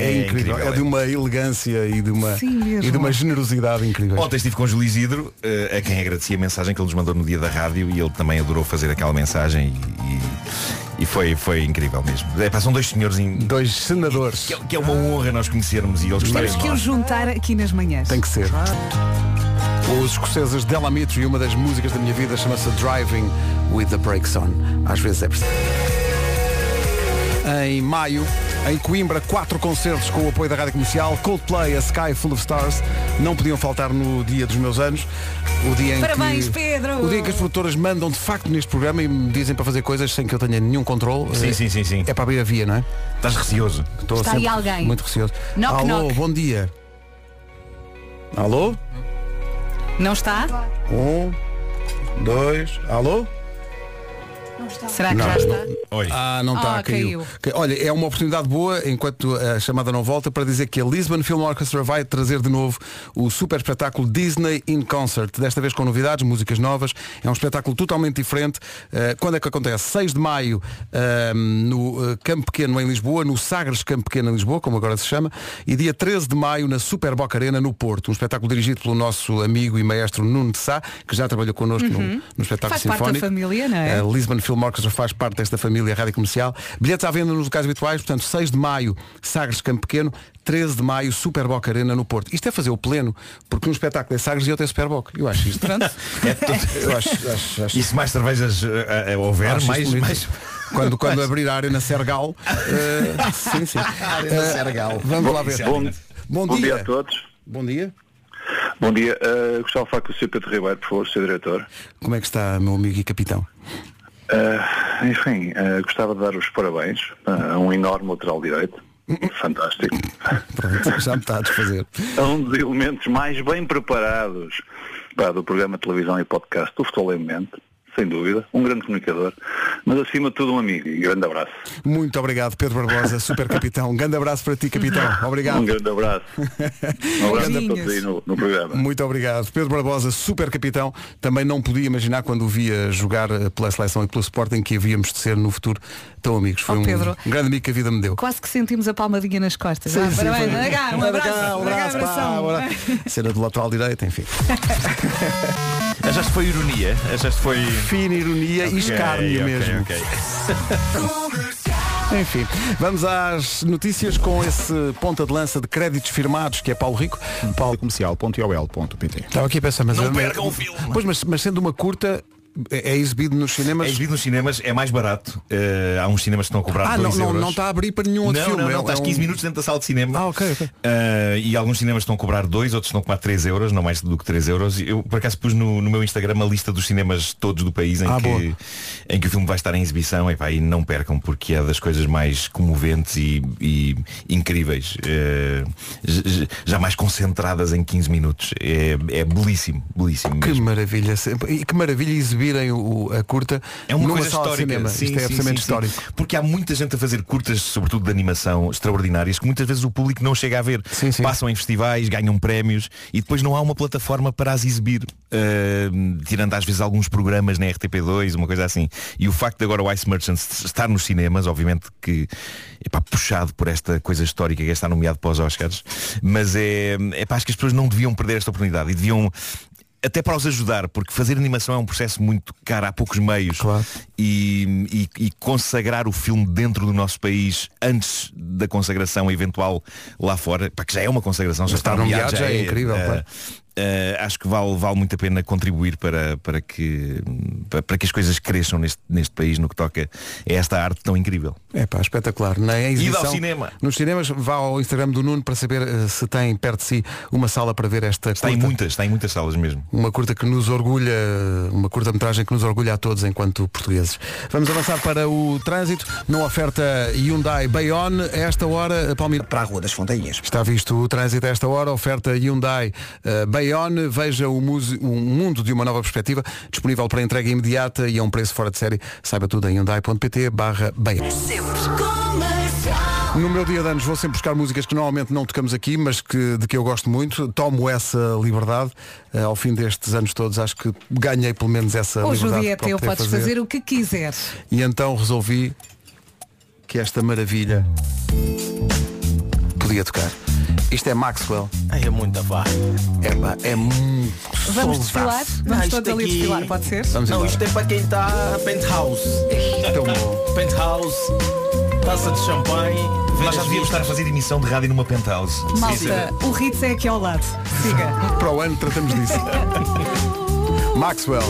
S11: É
S2: incrível.
S11: incrível,
S2: É de uma elegância e de uma,
S11: Sim mesmo.
S2: e de uma generosidade incrível.
S11: Ontem estive com o Júlio Isidro, eh, a quem agradeci a mensagem que ele nos mandou no dia da rádio e ele também adorou fazer aquela mensagem e, e- e foi, foi incrível mesmo. É, pá, são dois senhores em-
S2: Dois senadores.
S11: Que, é- que é uma honra nós conhecermos e eles gostarem
S4: Temos
S11: de
S4: que os
S11: nós.
S4: juntar aqui nas manhãs.
S2: Tem que ser. Os escoceses Della Mitri, uma das músicas da minha vida, chama-se Driving with the Brakes On. Às vezes é preciso. Em maio, em Coimbra, quatro concertos com o apoio da Rádio Comercial, Coldplay, A Sky Full of Stars, não podiam faltar no dia dos meus anos. O dia em
S4: Parabéns,
S2: que,
S4: Pedro!
S2: O dia em que as produtoras mandam de facto neste programa e me dizem para fazer coisas sem que eu tenha nenhum controle.
S11: Sim,
S2: Eh,
S11: sim, sim, sim.
S2: É para abrir a via, não é?
S11: Estás receoso.
S2: Estou
S4: Está aí
S2: sempre
S4: alguém.
S2: Muito receoso.
S4: Knock,
S2: Alô,
S4: knock.
S2: bom dia. Alô?
S4: Não está?
S2: Um, dois, alô?
S4: Será que já está?
S2: Ah, não está,
S4: Ah,
S2: caiu.
S4: caiu.
S2: Que- Olha, é uma oportunidade boa, enquanto a chamada não volta, para dizer que a Lisbon Film Orchestra vai trazer de novo o super espetáculo Disney in Concert. Desta vez com novidades, músicas novas. É um espetáculo totalmente diferente. Eh, quando é que acontece? 6 de maio, eh, no eh, Campo Pequeno em Lisboa, no Sagres Campo Pequeno em Lisboa, como agora se chama, e dia 13 de maio na Super Boca Arena, no Porto. Um espetáculo dirigido pelo nosso amigo e maestro Nuno de Sá, que já trabalhou connosco no-
S4: Uhum.
S2: no, espetáculo
S4: Faz parte da
S2: sinfónico. Eh,
S4: família, não é?
S2: A Lisbon Film Orchestra faz parte desta família rádio comercial. Bilhetes à venda nos locais habituais, portanto, 6 de maio, Sagres Campo Pequeno, 13 de maio, Super Boca Arena no Porto. Isto é fazer o pleno, porque um espetáculo é Sagres e outro é Super Boca. Eu acho isto.
S11: É tudo-
S2: Eu acho- acho- acho-
S11: E se mais cervejas eh, eh, houver,
S2: Acho isto
S11: mais,
S2: bonito.
S11: mais.
S2: Quando, quando abrir a Arena Sergal. eh, sim, sim.
S11: Arena
S2: Eh,
S11: Sergal.
S2: Vamos lá ver.
S15: Bom,
S2: Bom
S15: bom
S2: dia.
S15: a todos.
S2: Bom dia.
S15: Bom dia. Ah, gostava de falar com o Sr. Pedro Ribeiro, por favor, Sr. Diretor.
S2: Como é que está, meu amigo e capitão?
S15: Ah, enfim, ah, gostava de dar os parabéns a um enorme lateral direito. Fantástico.
S2: Pronto, já me está a desfazer.
S15: É um dos elementos mais bem preparados pá, do programa de televisão e podcast do Futebol em Mente, sem dúvida, um grande comunicador, mas acima de tudo um amigo e grande abraço.
S2: Muito obrigado, Pedro Barbosa, super capitão. Um grande abraço para ti, capitão. Obrigado.
S15: Um grande abraço. Um abraço a todos aí no, no programa.
S2: Muito obrigado. Pedro Barbosa, super capitão. Também não podia imaginar quando o via jogar eh, pela seleção e pelo Sporting que havíamos de ser no futuro tão amigos. Foi
S4: Oh,
S2: um,
S4: Pedro.
S2: um grande amigo que a vida me deu.
S4: Quase que sentimos a palmadinha nas costas.
S2: Sim,
S4: Ah,
S2: sim,
S4: parabéns.
S2: foi.
S4: Olha cá, Um
S2: Olha
S4: abraço.
S2: cá, um
S4: Olha cá,
S2: abraço, pá,
S4: abração.
S2: olha. Cena do lateral direito, enfim.
S11: Achaste que foi ironia? Achaste que foi.
S2: Fina ironia e
S11: Ok,
S2: escárnio
S11: ok,
S2: mesmo.
S11: ok.
S2: Enfim, vamos às notícias com esse ponta de lança de créditos firmados que é Paulo Rico. Paulo comercial.iol.pt Estava aqui a pensar, mas
S11: Não percam o filme.
S2: Pois, mas, mas sendo uma curta, é é exibido nos cinemas.
S11: É exibido nos cinemas, é mais barato. Eh, há uns cinemas que estão a cobrar
S2: Ah, não,
S11: 2
S2: não,
S11: euros.
S2: não está a abrir para nenhum outro
S11: não,
S2: filme.
S11: Não, não,
S2: é-
S11: estás
S2: é um-
S11: 15 minutos dentro da sala de cinema.
S2: Ah, ok, ok.
S11: Eh, e alguns cinemas estão a cobrar 2, outros estão a cobrar 3 euros, não mais do que 3 euros. Eu, por acaso, pus no, no meu Instagram a lista dos cinemas todos do país em,
S2: Ah,
S11: que,
S2: boa.
S11: em que o filme vai estar em exibição. Epá, e não percam, porque é das coisas mais comoventes e, e incríveis. eh, j- j- já mais concentradas em 15 minutos. É, é belíssimo, belíssimo.
S2: Que maravilha, se- e que maravilha exibirem o, a curta
S11: É uma
S2: numa
S11: coisa
S2: sala de
S11: histórica.
S2: cinema.
S11: Sim,
S2: Isto é
S11: sim,
S2: absolutamente
S11: sim, sim.
S2: histórico.
S11: Porque há muita gente a fazer curtas, sobretudo de animação, extraordinárias, que muitas vezes o público não chega a ver. Passam em festivais, ganham prémios e depois não há uma plataforma para as exibir. Ahm, tirando às vezes alguns programas na RTP2, uma coisa assim. E o facto de agora o Ice Merchants estar nos cinemas, obviamente que epá, puxado por esta coisa histórica que é estar nomeado para os Oscars, mas é, epá, acho que as pessoas não deviam perder esta oportunidade e deviam até para os ajudar, porque fazer animação é um processo muito caro, há poucos meios. E, e- e consagrar o filme dentro do nosso país antes da consagração eventual lá fora, para que já é uma consagração, já
S2: Já
S11: está
S2: está
S11: nomeado,
S2: nomeado, já é incrível,
S11: eh,
S2: claro.
S11: eh, acho que vale, vale muito a pena contribuir para, para, que, para, para que as coisas cresçam neste, neste país no que toca a esta arte tão incrível.
S2: É pá, espetacular. Na exibição,
S11: ao cinema.
S2: Nos cinemas, vá ao Instagram do Nuno para saber eh, se tem perto de si uma sala para ver esta
S11: Está em muitas, está em muitas salas mesmo.
S2: Uma curta que nos orgulha, uma curta-metragem que nos orgulha a todos enquanto portugueses. Vamos avançar para o trânsito, numa oferta Hyundai Bayon. A esta hora, Palmeira. Para a Rua das Fontanhas. Está visto o trânsito a esta hora, oferta Hyundai eh, Bayon. Veja o, muse- o mundo de uma nova perspectiva, disponível para entrega imediata e a um preço fora de série. Saiba tudo em hyundai.pt barra Bayon. No meu dia de anos vou sempre buscar músicas que normalmente não tocamos aqui, mas que, de que eu gosto muito. Tomo essa liberdade. Eh, ao fim destes anos todos, acho que ganhei pelo menos essa
S4: Hoje o
S2: liberdade.
S4: dia é
S2: para
S4: teu,
S2: poder
S4: podes fazer. o que quiseres.
S2: E então resolvi que esta maravilha podia tocar. Isto é Maxwell.
S16: É muita vá.
S2: É, pá, é muito
S4: Vamos
S2: soldaço.
S4: desfilar? Vamos
S16: Não,
S4: todos
S16: isto
S4: ali
S16: aqui-
S4: desfilar, pode ser?
S2: Vamos
S16: não,
S2: embora.
S16: isto é para quem está penthouse.
S2: é
S16: penthouse, taça de champanhe.
S11: Nós já devíamos estar a fazer emissão de rádio numa penthouse.
S4: Malta, o Ritz é aqui ao lado. Siga.
S2: Para o ano tratamos disso. Maxwell,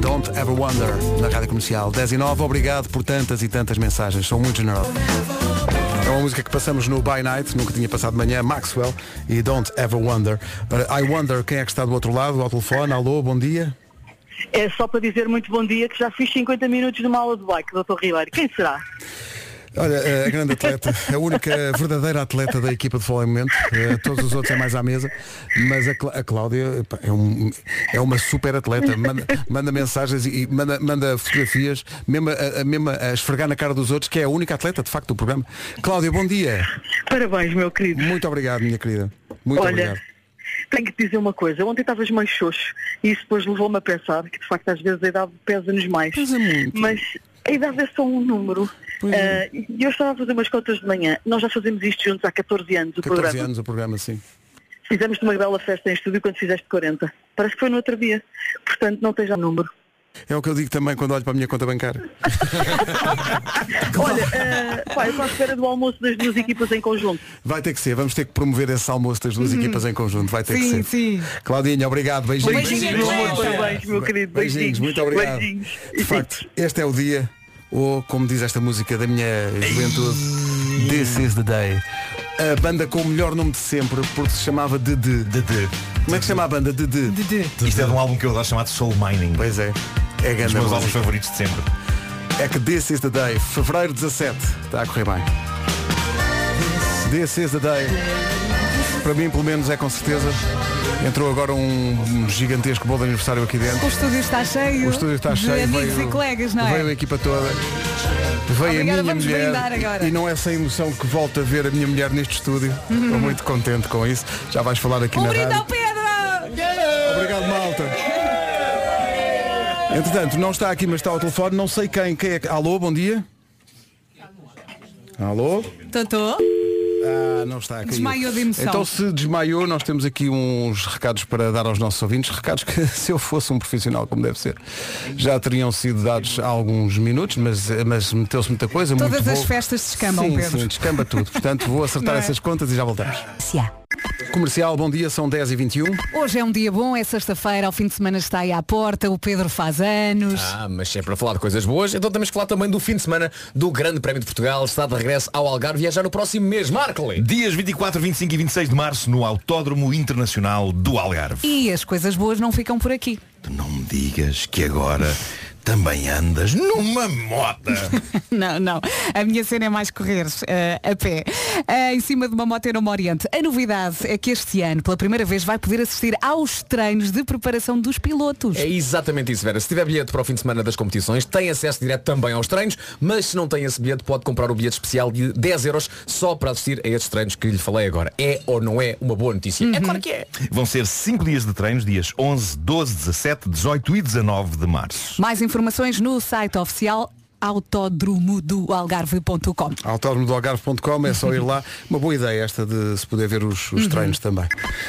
S2: Don't Ever Wonder, na Rádio Comercial 10 e 9. Obrigado por tantas e tantas mensagens, são muito generosos. É uma música que passamos no By Night, nunca tinha passado de manhã, Maxwell e Don't Ever Wonder. Ora, I wonder quem é que está do outro lado, ao telefone, alô, bom dia.
S20: É só para dizer muito bom dia que já fiz 50 minutos de uma aula de bike, Dr. Ribeiro. Quem será?
S2: Olha, eh, a grande atleta, a única verdadeira atleta da equipa de futebol em momento, eh, todos os outros é mais à mesa, mas a, Clá- a Cláudia epá, é, um- é uma super atleta, manda, manda mensagens e e manda, manda fotografias, mesmo a, a- mesmo a esfregar na cara dos outros, que é a única atleta de facto do programa. Cláudia, bom dia.
S20: Parabéns, meu querido.
S2: Muito obrigado, minha querida. Muito
S20: Olha,
S2: obrigado.
S20: Tenho que te dizer uma coisa. Ontem estavas mais xoxo e isso depois levou-me a pensar que, de facto, às vezes a idade pesa-nos mais.
S2: Pesa muito. é.
S20: Mas a idade é só um número. Ah, E eu estava a fazer umas contas de manhã. Nós já fazemos isto juntos há 14 anos, o
S2: 14
S20: programa.
S2: anos o programa, sim.
S20: Fizemos-te uma bela festa em estúdio quando fizeste 40. Parece que foi no outro dia. Portanto, não tens já número.
S2: É o que eu digo também quando olho para a minha conta bancária.
S20: Olha, ah, pá, eu estou à espera do almoço das duas equipas em conjunto.
S2: Vai ter que ser, vamos ter que promover esse almoço das duas
S20: Uhum.
S2: equipas em conjunto, vai ter
S20: Sim,
S2: que ser. Claudinha, obrigado, beijinhos.
S20: Beijinhos, Beijinhos. parabéns, meu querido, beijinhos.
S2: muito obrigado.
S20: Beijinhos.
S2: De facto, este é o dia, ou como diz esta música da minha juventude, This is the Day. A banda com o melhor nome de sempre, porque se chamava Dede. Dede. Como é que se chama a banda? Dede.
S11: Isto é de um álbum que eu adoro chamado Soul Mining.
S2: Pois é. É
S11: um dos
S2: grande
S11: meus
S2: música.
S11: álbuns favoritos de sempre.
S2: É que This is the Day, fevereiro 17, está a correr bem. This is the Day. Para mim, pelo menos, é com certeza. Entrou agora um gigantesco bolo de aniversário aqui dentro.
S4: O estúdio está cheio.
S2: O estúdio está cheio.
S4: De amigos
S2: veio-
S4: e colegas, não é?
S2: Veio a equipa toda. Veio
S4: Obrigada,
S2: a minha
S4: vamos brindar
S2: mulher.
S4: agora.
S2: E não é sem emoção que volto a ver a minha mulher neste estúdio.
S4: Uhum.
S2: Estou muito contente com isso. Já vais falar aqui na rádio.
S4: Um Pedro!
S2: Obrigado, malta. Entretanto, não está aqui, mas está ao telefone. Não sei quem, quem é. que- Alô, bom dia. Alô?
S4: Totó?
S2: Ah, não está a cair.
S4: Desmaiou de emoção.
S2: Então se desmaiou, nós temos aqui uns recados para dar aos nossos ouvintes, recados que se eu fosse um profissional como deve ser, já teriam sido dados há alguns minutos, mas, mas meteu-se muita coisa,
S4: Todas
S2: muito
S4: as
S2: bolo.
S4: festas se escamam,
S2: sim,
S4: Pedro.
S2: Sim, descamba tudo. Portanto, vou acertar
S4: Não é?
S2: essas contas e já voltamos.
S4: Se há.
S2: Comercial, bom dia, são 10h21.
S4: Hoje é um dia bom, é sexta-feira, ao fim de semana está aí à porta, o Pedro faz anos.
S1: Ah, mas se é para falar de coisas boas, então temos que falar também do fim de semana do Grande Prémio de Portugal. Está de regresso ao Algarve é viajar no próximo mês. Markley!
S11: Dias 24, 25 e 26 de março no Autódromo Internacional do Algarve.
S4: E as coisas boas não ficam por aqui.
S11: Não me digas que agora também andas numa mota.
S4: não, não. A minha cena é mais correr eh, a pé. Eh, em cima de uma moteira no Oriente. A novidade é que este ano, pela primeira vez, vai poder assistir aos treinos de preparação dos pilotos.
S1: É exatamente isso, Vera. Se tiver bilhete para o fim de semana das competições, tem acesso direto também aos treinos, mas se não tem esse bilhete, pode comprar o bilhete especial de 10 euros só para assistir a estes treinos que lhe falei agora. É ou não é uma boa notícia? É claro que é.
S11: Vão ser 5 dias de treinos, dias 11, 12, 17, 18 e 19 de março.
S4: Mais informações no site oficial autodromodoalgarve.com
S2: Autódromo do Algarve.com, é só ir lá. Uma boa ideia esta de se poder ver os,
S1: Uhum.
S2: os treinos também.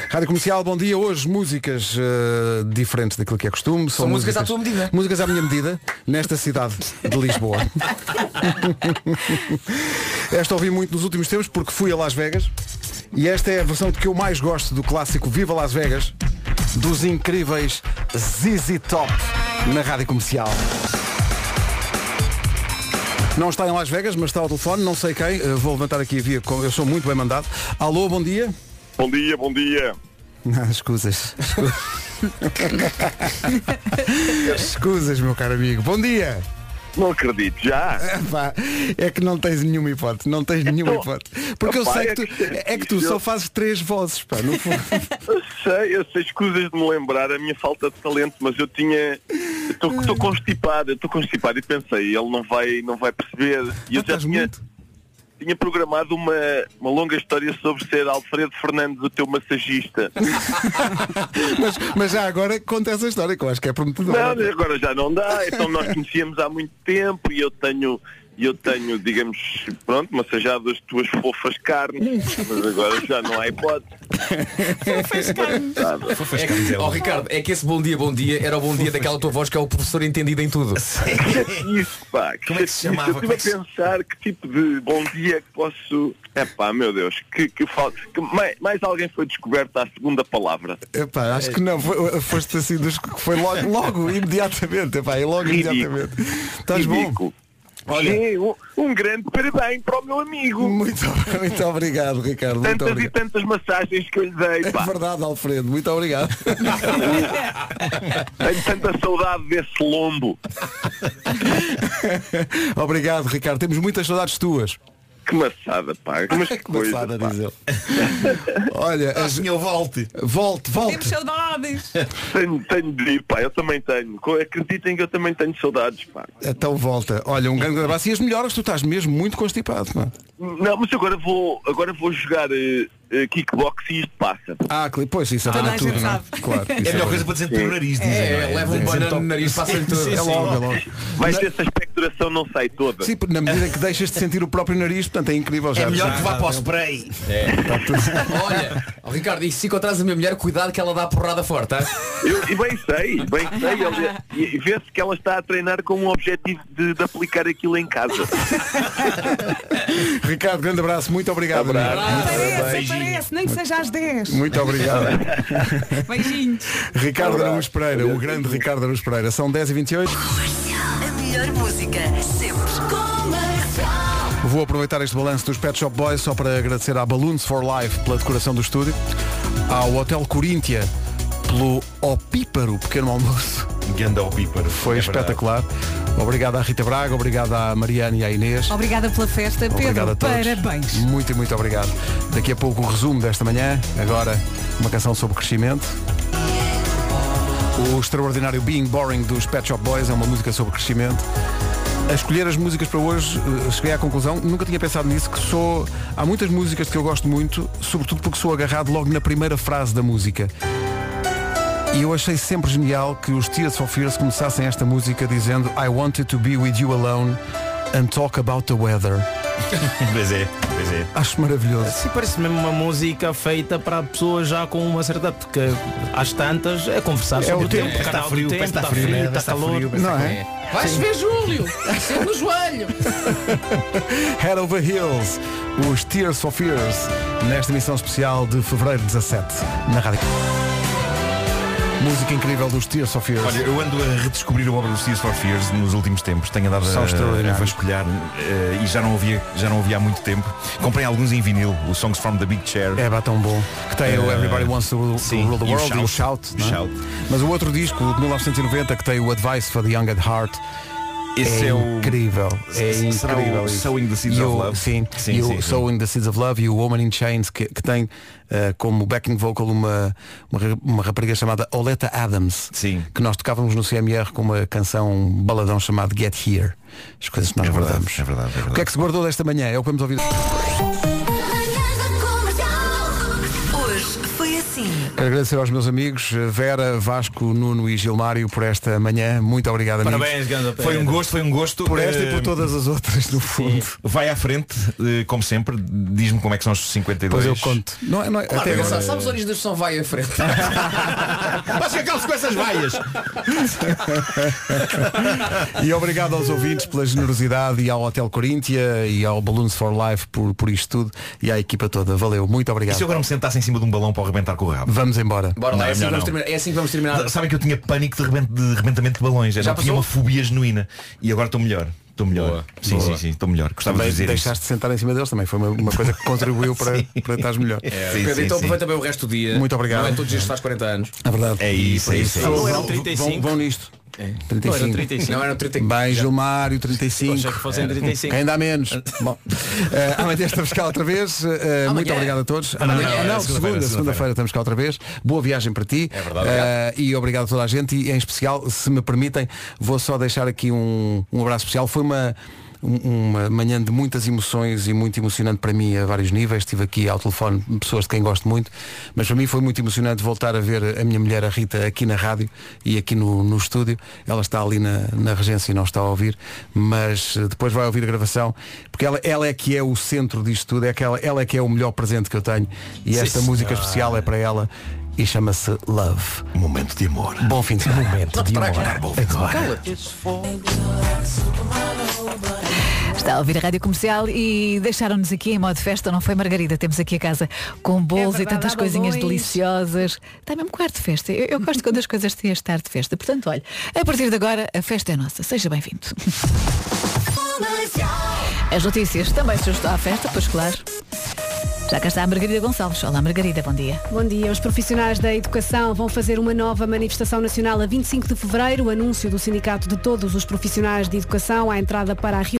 S2: Rádio Comercial, bom dia. Hoje músicas eh, diferentes daquilo que é costume.
S1: São músicas à tua medida.
S2: Músicas à minha medida, nesta cidade de Lisboa. esta ouvi muito nos últimos tempos porque fui a Las Vegas e esta é a versão que eu mais gosto do clássico Viva Las Vegas dos incríveis ZZ Top na Rádio Comercial. Não está em Las Vegas, mas está ao telefone, não sei quem. Eh, vou levantar aqui a via, com- eu sou muito bem mandado. Alô, bom dia.
S21: Bom dia, bom dia.
S2: Ah, escusas. escusas, meu caro amigo. Bom dia.
S21: Não acredito, já.
S2: Epá, é que não tens nenhuma hipótese, não tens nenhuma
S21: Então,
S2: hipótese. Porque eu
S21: epá,
S2: sei
S21: é
S2: que tu,
S21: que-
S2: é que tu só
S21: eu-
S2: fazes três vozes, pá, no fundo.
S21: Eu sei, eu sei, escusas de me lembrar a minha falta de talento, mas eu tinha. Estou constipado, eu estou constipado e pensei, ele não vai, não vai perceber. E eu já tinha, tinha programado uma, uma longa história sobre ser Alfredo Fernandes, o teu massagista.
S2: mas, mas já agora conta essa história, que eu acho que é prometedora.
S21: Não, agora já não dá. Então nós conhecíamos há muito tempo e eu tenho, e eu tenho, digamos, pronto, massajado as tuas fofas carnes, mas agora já não há hipótese. Sabe?
S1: É que, oh, Ricardo, é que esse bom dia, bom dia era o bom dia daquela tua voz que é o professor entendido em tudo.
S12: É
S21: Isso, pá. Que
S1: Como é que se chamava?
S21: Eu
S1: Como é que
S21: estive a pensar que tipo de bom dia que posso. É pá, meu Deus, que, que falta. Que mais, mais alguém foi descoberto à segunda palavra.
S2: Epá, acho que não, foi- foste assim dos que foi logo, logo imediatamente, epá, e logo
S21: Ridículo.
S2: imediatamente. Estás bom?
S21: Ridículo.
S2: Olha.
S21: Sim, um, um grande parabéns para o meu amigo.
S2: Muito, muito obrigado, Ricardo. Muito
S21: Tantas e
S2: obrigado.
S21: tantas massagens que eu lhe dei,
S2: É
S21: pá.
S2: verdade, Alfredo, muito obrigado.
S21: Tenho tanta saudade desse lombo.
S2: obrigado, Ricardo. Temos muitas saudades tuas.
S21: Que maçada, pá. Mas que coisa,
S2: maçada,
S21: pá.
S2: diz ele. Olha, as...
S11: senhor, volte.
S2: Volte, volte.
S4: Temos saudades.
S21: Tenho, tenho de ir, pá. Eu também tenho. Co- Acreditem que eu também tenho saudades, pá.
S2: Então volta. Olha, um grande abraço. E as melhoras, tu estás mesmo muito constipado. pá.
S21: Não, mas agora vou, agora vou jogar eh, eh, kickbox e isto passa.
S2: Ah, cl- pois, isso
S21: Toda
S2: até
S21: a
S2: tudo,
S21: gente
S2: não é?
S21: sabe.
S2: Claro.
S21: É a
S2: isso
S21: melhor
S2: verdade.
S21: coisa para desenturar o nariz, dizem, não é?
S1: um
S21: Sim, sim. Sim,
S2: É
S21: sim.
S2: logo, é logo.
S21: Mas essa expectoração não sai toda.
S2: Sim, na medida que deixas de sentir o próprio nariz, portanto é incrível já.
S1: spray. Olha, oh, Ricardo, e se encontrares a minha mulher, cuidado que ela dá a porrada forte. hã?
S21: Eu, e bem sei, bem sei. Olha, e e vê-se que ela está a treinar com o objetivo de, de aplicar aquilo em casa.
S2: Ricardo, grande abraço, muito obrigado. amigo.
S4: Aparece, aparece, nem que seja às 10.
S2: Muito obrigado.
S4: Beijinhos.
S2: Ricardo Araújo Pereira, o grande Ricardo Araújo Pereira. São 10h28.
S5: A melhor música sempre. Comercial.
S2: Vou aproveitar este balanço dos Pet Shop Boys só para agradecer à Balloons for Life pela decoração do estúdio, ao Hotel Coríntia pelo Opíparo pequeno almoço.
S11: Ganda Opíparo.
S2: Foi
S11: É verdade.
S2: espetacular. Obrigado à Rita Braga, obrigado à Mariana e à Inês.
S4: Obrigada pela festa,
S2: Obrigado
S4: Pedro.
S2: a todos.
S4: Parabéns.
S2: Muito, muito obrigado. Daqui a pouco o resumo desta manhã. Agora, uma canção sobre crescimento. O extraordinário Being Boring dos Pet Shop Boys é uma música sobre crescimento. A escolher as músicas para hoje, eh, cheguei à conclusão, nunca tinha pensado nisso, que sou. Há muitas músicas que eu gosto muito, sobretudo porque sou agarrado logo na primeira frase da música. E eu achei sempre genial que os Tears for Fears começassem esta música dizendo I wanted to be with you alone and talk about the weather.
S11: pois é, pois é.
S2: Acho maravilhoso.
S14: Sim, parece mesmo uma música feita para pessoas já com uma certa. Porque às tantas é conversar sobre o tempo.
S11: Parece que
S14: canal
S11: está
S14: do
S11: frio,
S14: tempo,
S11: parece que
S14: está
S11: está frio,
S14: frio,
S11: né?
S14: está
S11: Parece que está
S14: calor.
S11: frio, parece que
S2: Não
S11: está
S2: é?
S11: frio.
S13: Vais ver Júlio, sempre no joelho.
S2: Head Over Heels, os Tears for Fears, nesta emissão especial de fevereiro 17, na Rádio. Música incrível dos Tears for Fears.
S11: Olha, eu ando a redescobrir a obra do Tears for Fears nos últimos tempos. Tenho andado
S2: São
S11: a, a
S2: extraordinários.
S11: vasculhar eh, e já não, havia, já não havia há muito tempo. Comprei alguns em vinil, o Songs from the Big Chair.
S2: É, pá, tão bom. Que tem o
S11: Eh,
S2: Everybody Wants to Rule, to
S11: sim,
S2: Rule the
S11: e o
S2: World e o
S11: Shout.
S2: Shout. não é?
S11: Shout.
S2: Mas o outro disco, o de 1990, que tem o Advice for the Young at Heart,
S11: Esse
S2: é,
S11: é o-
S2: incrível. É
S11: S- será o
S2: incrível. isso.
S11: Sowing the Seeds
S2: E
S11: of
S2: o-
S11: Love?
S2: Sim,
S11: Sim,
S2: e o
S11: sim, sim.
S2: Sowing the Seeds of Love e o Woman in Chains, que, que tem eh, como backing vocal uma, uma, ra- uma rapariga chamada Oleta Adams,
S11: sim.
S2: que nós tocávamos no CMR com uma canção, um baladão chamado Get Here. As coisas que nós guardamos.
S11: É verdade, é verdade.
S2: O que é que se guardou desta manhã? É o que vamos ouvir.
S5: Hoje foi assim.
S2: Quero agradecer aos meus amigos eh, Vera, Vasco, Nuno e Gilmário por esta manhã. Muito obrigado, amigos.
S11: Parabéns, Ganda Foi um gosto, foi um gosto.
S2: Por esta e
S11: Eh,
S2: por todas as outras, no fundo.
S11: Vai à frente, eh, como sempre, diz-me como é que são os 52.
S2: Pois eu conto. Não, é- não, é-
S13: Claro,
S2: até agora.
S13: Gonçalo, sabes onde das são vai à frente.
S11: Ah, Mas que acabes com essas vaias.
S2: e obrigado aos ouvintes pela generosidade e ao Hotel Coríntia e ao Balloons for Life por, por isto tudo e à equipa toda. Valeu, muito
S11: E
S2: obrigado.
S11: se eu agora me sentasse em cima de um balão para o arrebentar com o rabo?
S2: Vamos embora.
S13: Bora lá,
S11: Não,
S13: é, assim
S11: não,
S13: que vamos
S11: não.
S13: terminar, é assim que vvamos terminar.
S11: Sabem que eu tinha pânico de, rebent, de rebentamento de balões. Eu
S13: Já
S11: não tinha
S13: passou?
S11: uma fobia genuína. E agora estou melhor. Estou melhor. sim,
S2: boa.
S11: sim, sim, estou melhor. Gostava
S2: Também
S11: de dizer isso.
S2: deixaste de sentar em cima deles também. Foi uma, uma coisa que contribuiu para, para estares melhor.
S13: É, Pedro, então aproveita bem o resto do dia.
S2: Muito obrigado.
S13: Não é todos os dias que faz 40 anos.
S2: É verdade.
S11: É isso, é isso. é isso.
S2: Vão- Vão, vão nisto. É. 35.
S13: Não, eram 35. Não, eram 35.
S2: Bem, Gilmário, 35.
S13: Achei que fossem 35.
S2: É. Quem dá menos? Bom, eh, amanhã estamos cá outra vez. Eh, muito obrigado a todos.
S11: Ah, não,
S2: Amanhã-
S11: não,
S2: não,
S11: não, é segunda-feira,
S2: segunda, segunda-feira
S11: segunda-feira
S2: estamos cá outra vez. Boa viagem para ti. É
S11: verdade,
S2: e obrigado a toda a gente. E em especial, se me permitem, vou só deixar aqui um, um abraço especial. Foi uma. um- Uma manhã de muitas emoções e muito emocionante para mim a vários níveis. Estive aqui ao telefone pessoas de quem gosto muito, mas para mim foi muito emocionante voltar a ver a minha mulher, a Rita, aqui na rádio e aqui no, no estúdio. Ela está ali na, na regência e não está a ouvir, mas eh, depois vai ouvir a gravação, porque ela, ela é que é o centro disto tudo, é que ela, ela é que é o melhor presente que eu tenho e
S11: Sim,
S2: esta música
S11: senhora.
S2: especial é para ela e chama-se Love.
S11: Momento de amor.
S2: Bom fim de semana. Momento de amor.
S9: Está a ouvir a Rádio Comercial e deixaram-nos aqui em modo festa, não foi Margarida? Temos aqui a casa com bolos
S22: É verdade,
S9: e tantas
S22: há
S9: coisinhas
S22: balões.
S9: deliciosas. Está mesmo quarto de festa. Eu, eu gosto quando as coisas têm a estar de festa. Portanto, olha, a partir de agora a festa é nossa. Seja bem-vindo. As notícias também se ajudam à festa, pois claro. Já cá está a Margarida Gonçalves. Olá Margarida, bom dia.
S23: Bom dia. Os profissionais da educação vão fazer uma nova manifestação nacional a 25 de fevereiro. O anúncio do Sindicato de Todos os Profissionais de Educação à entrada para a Rio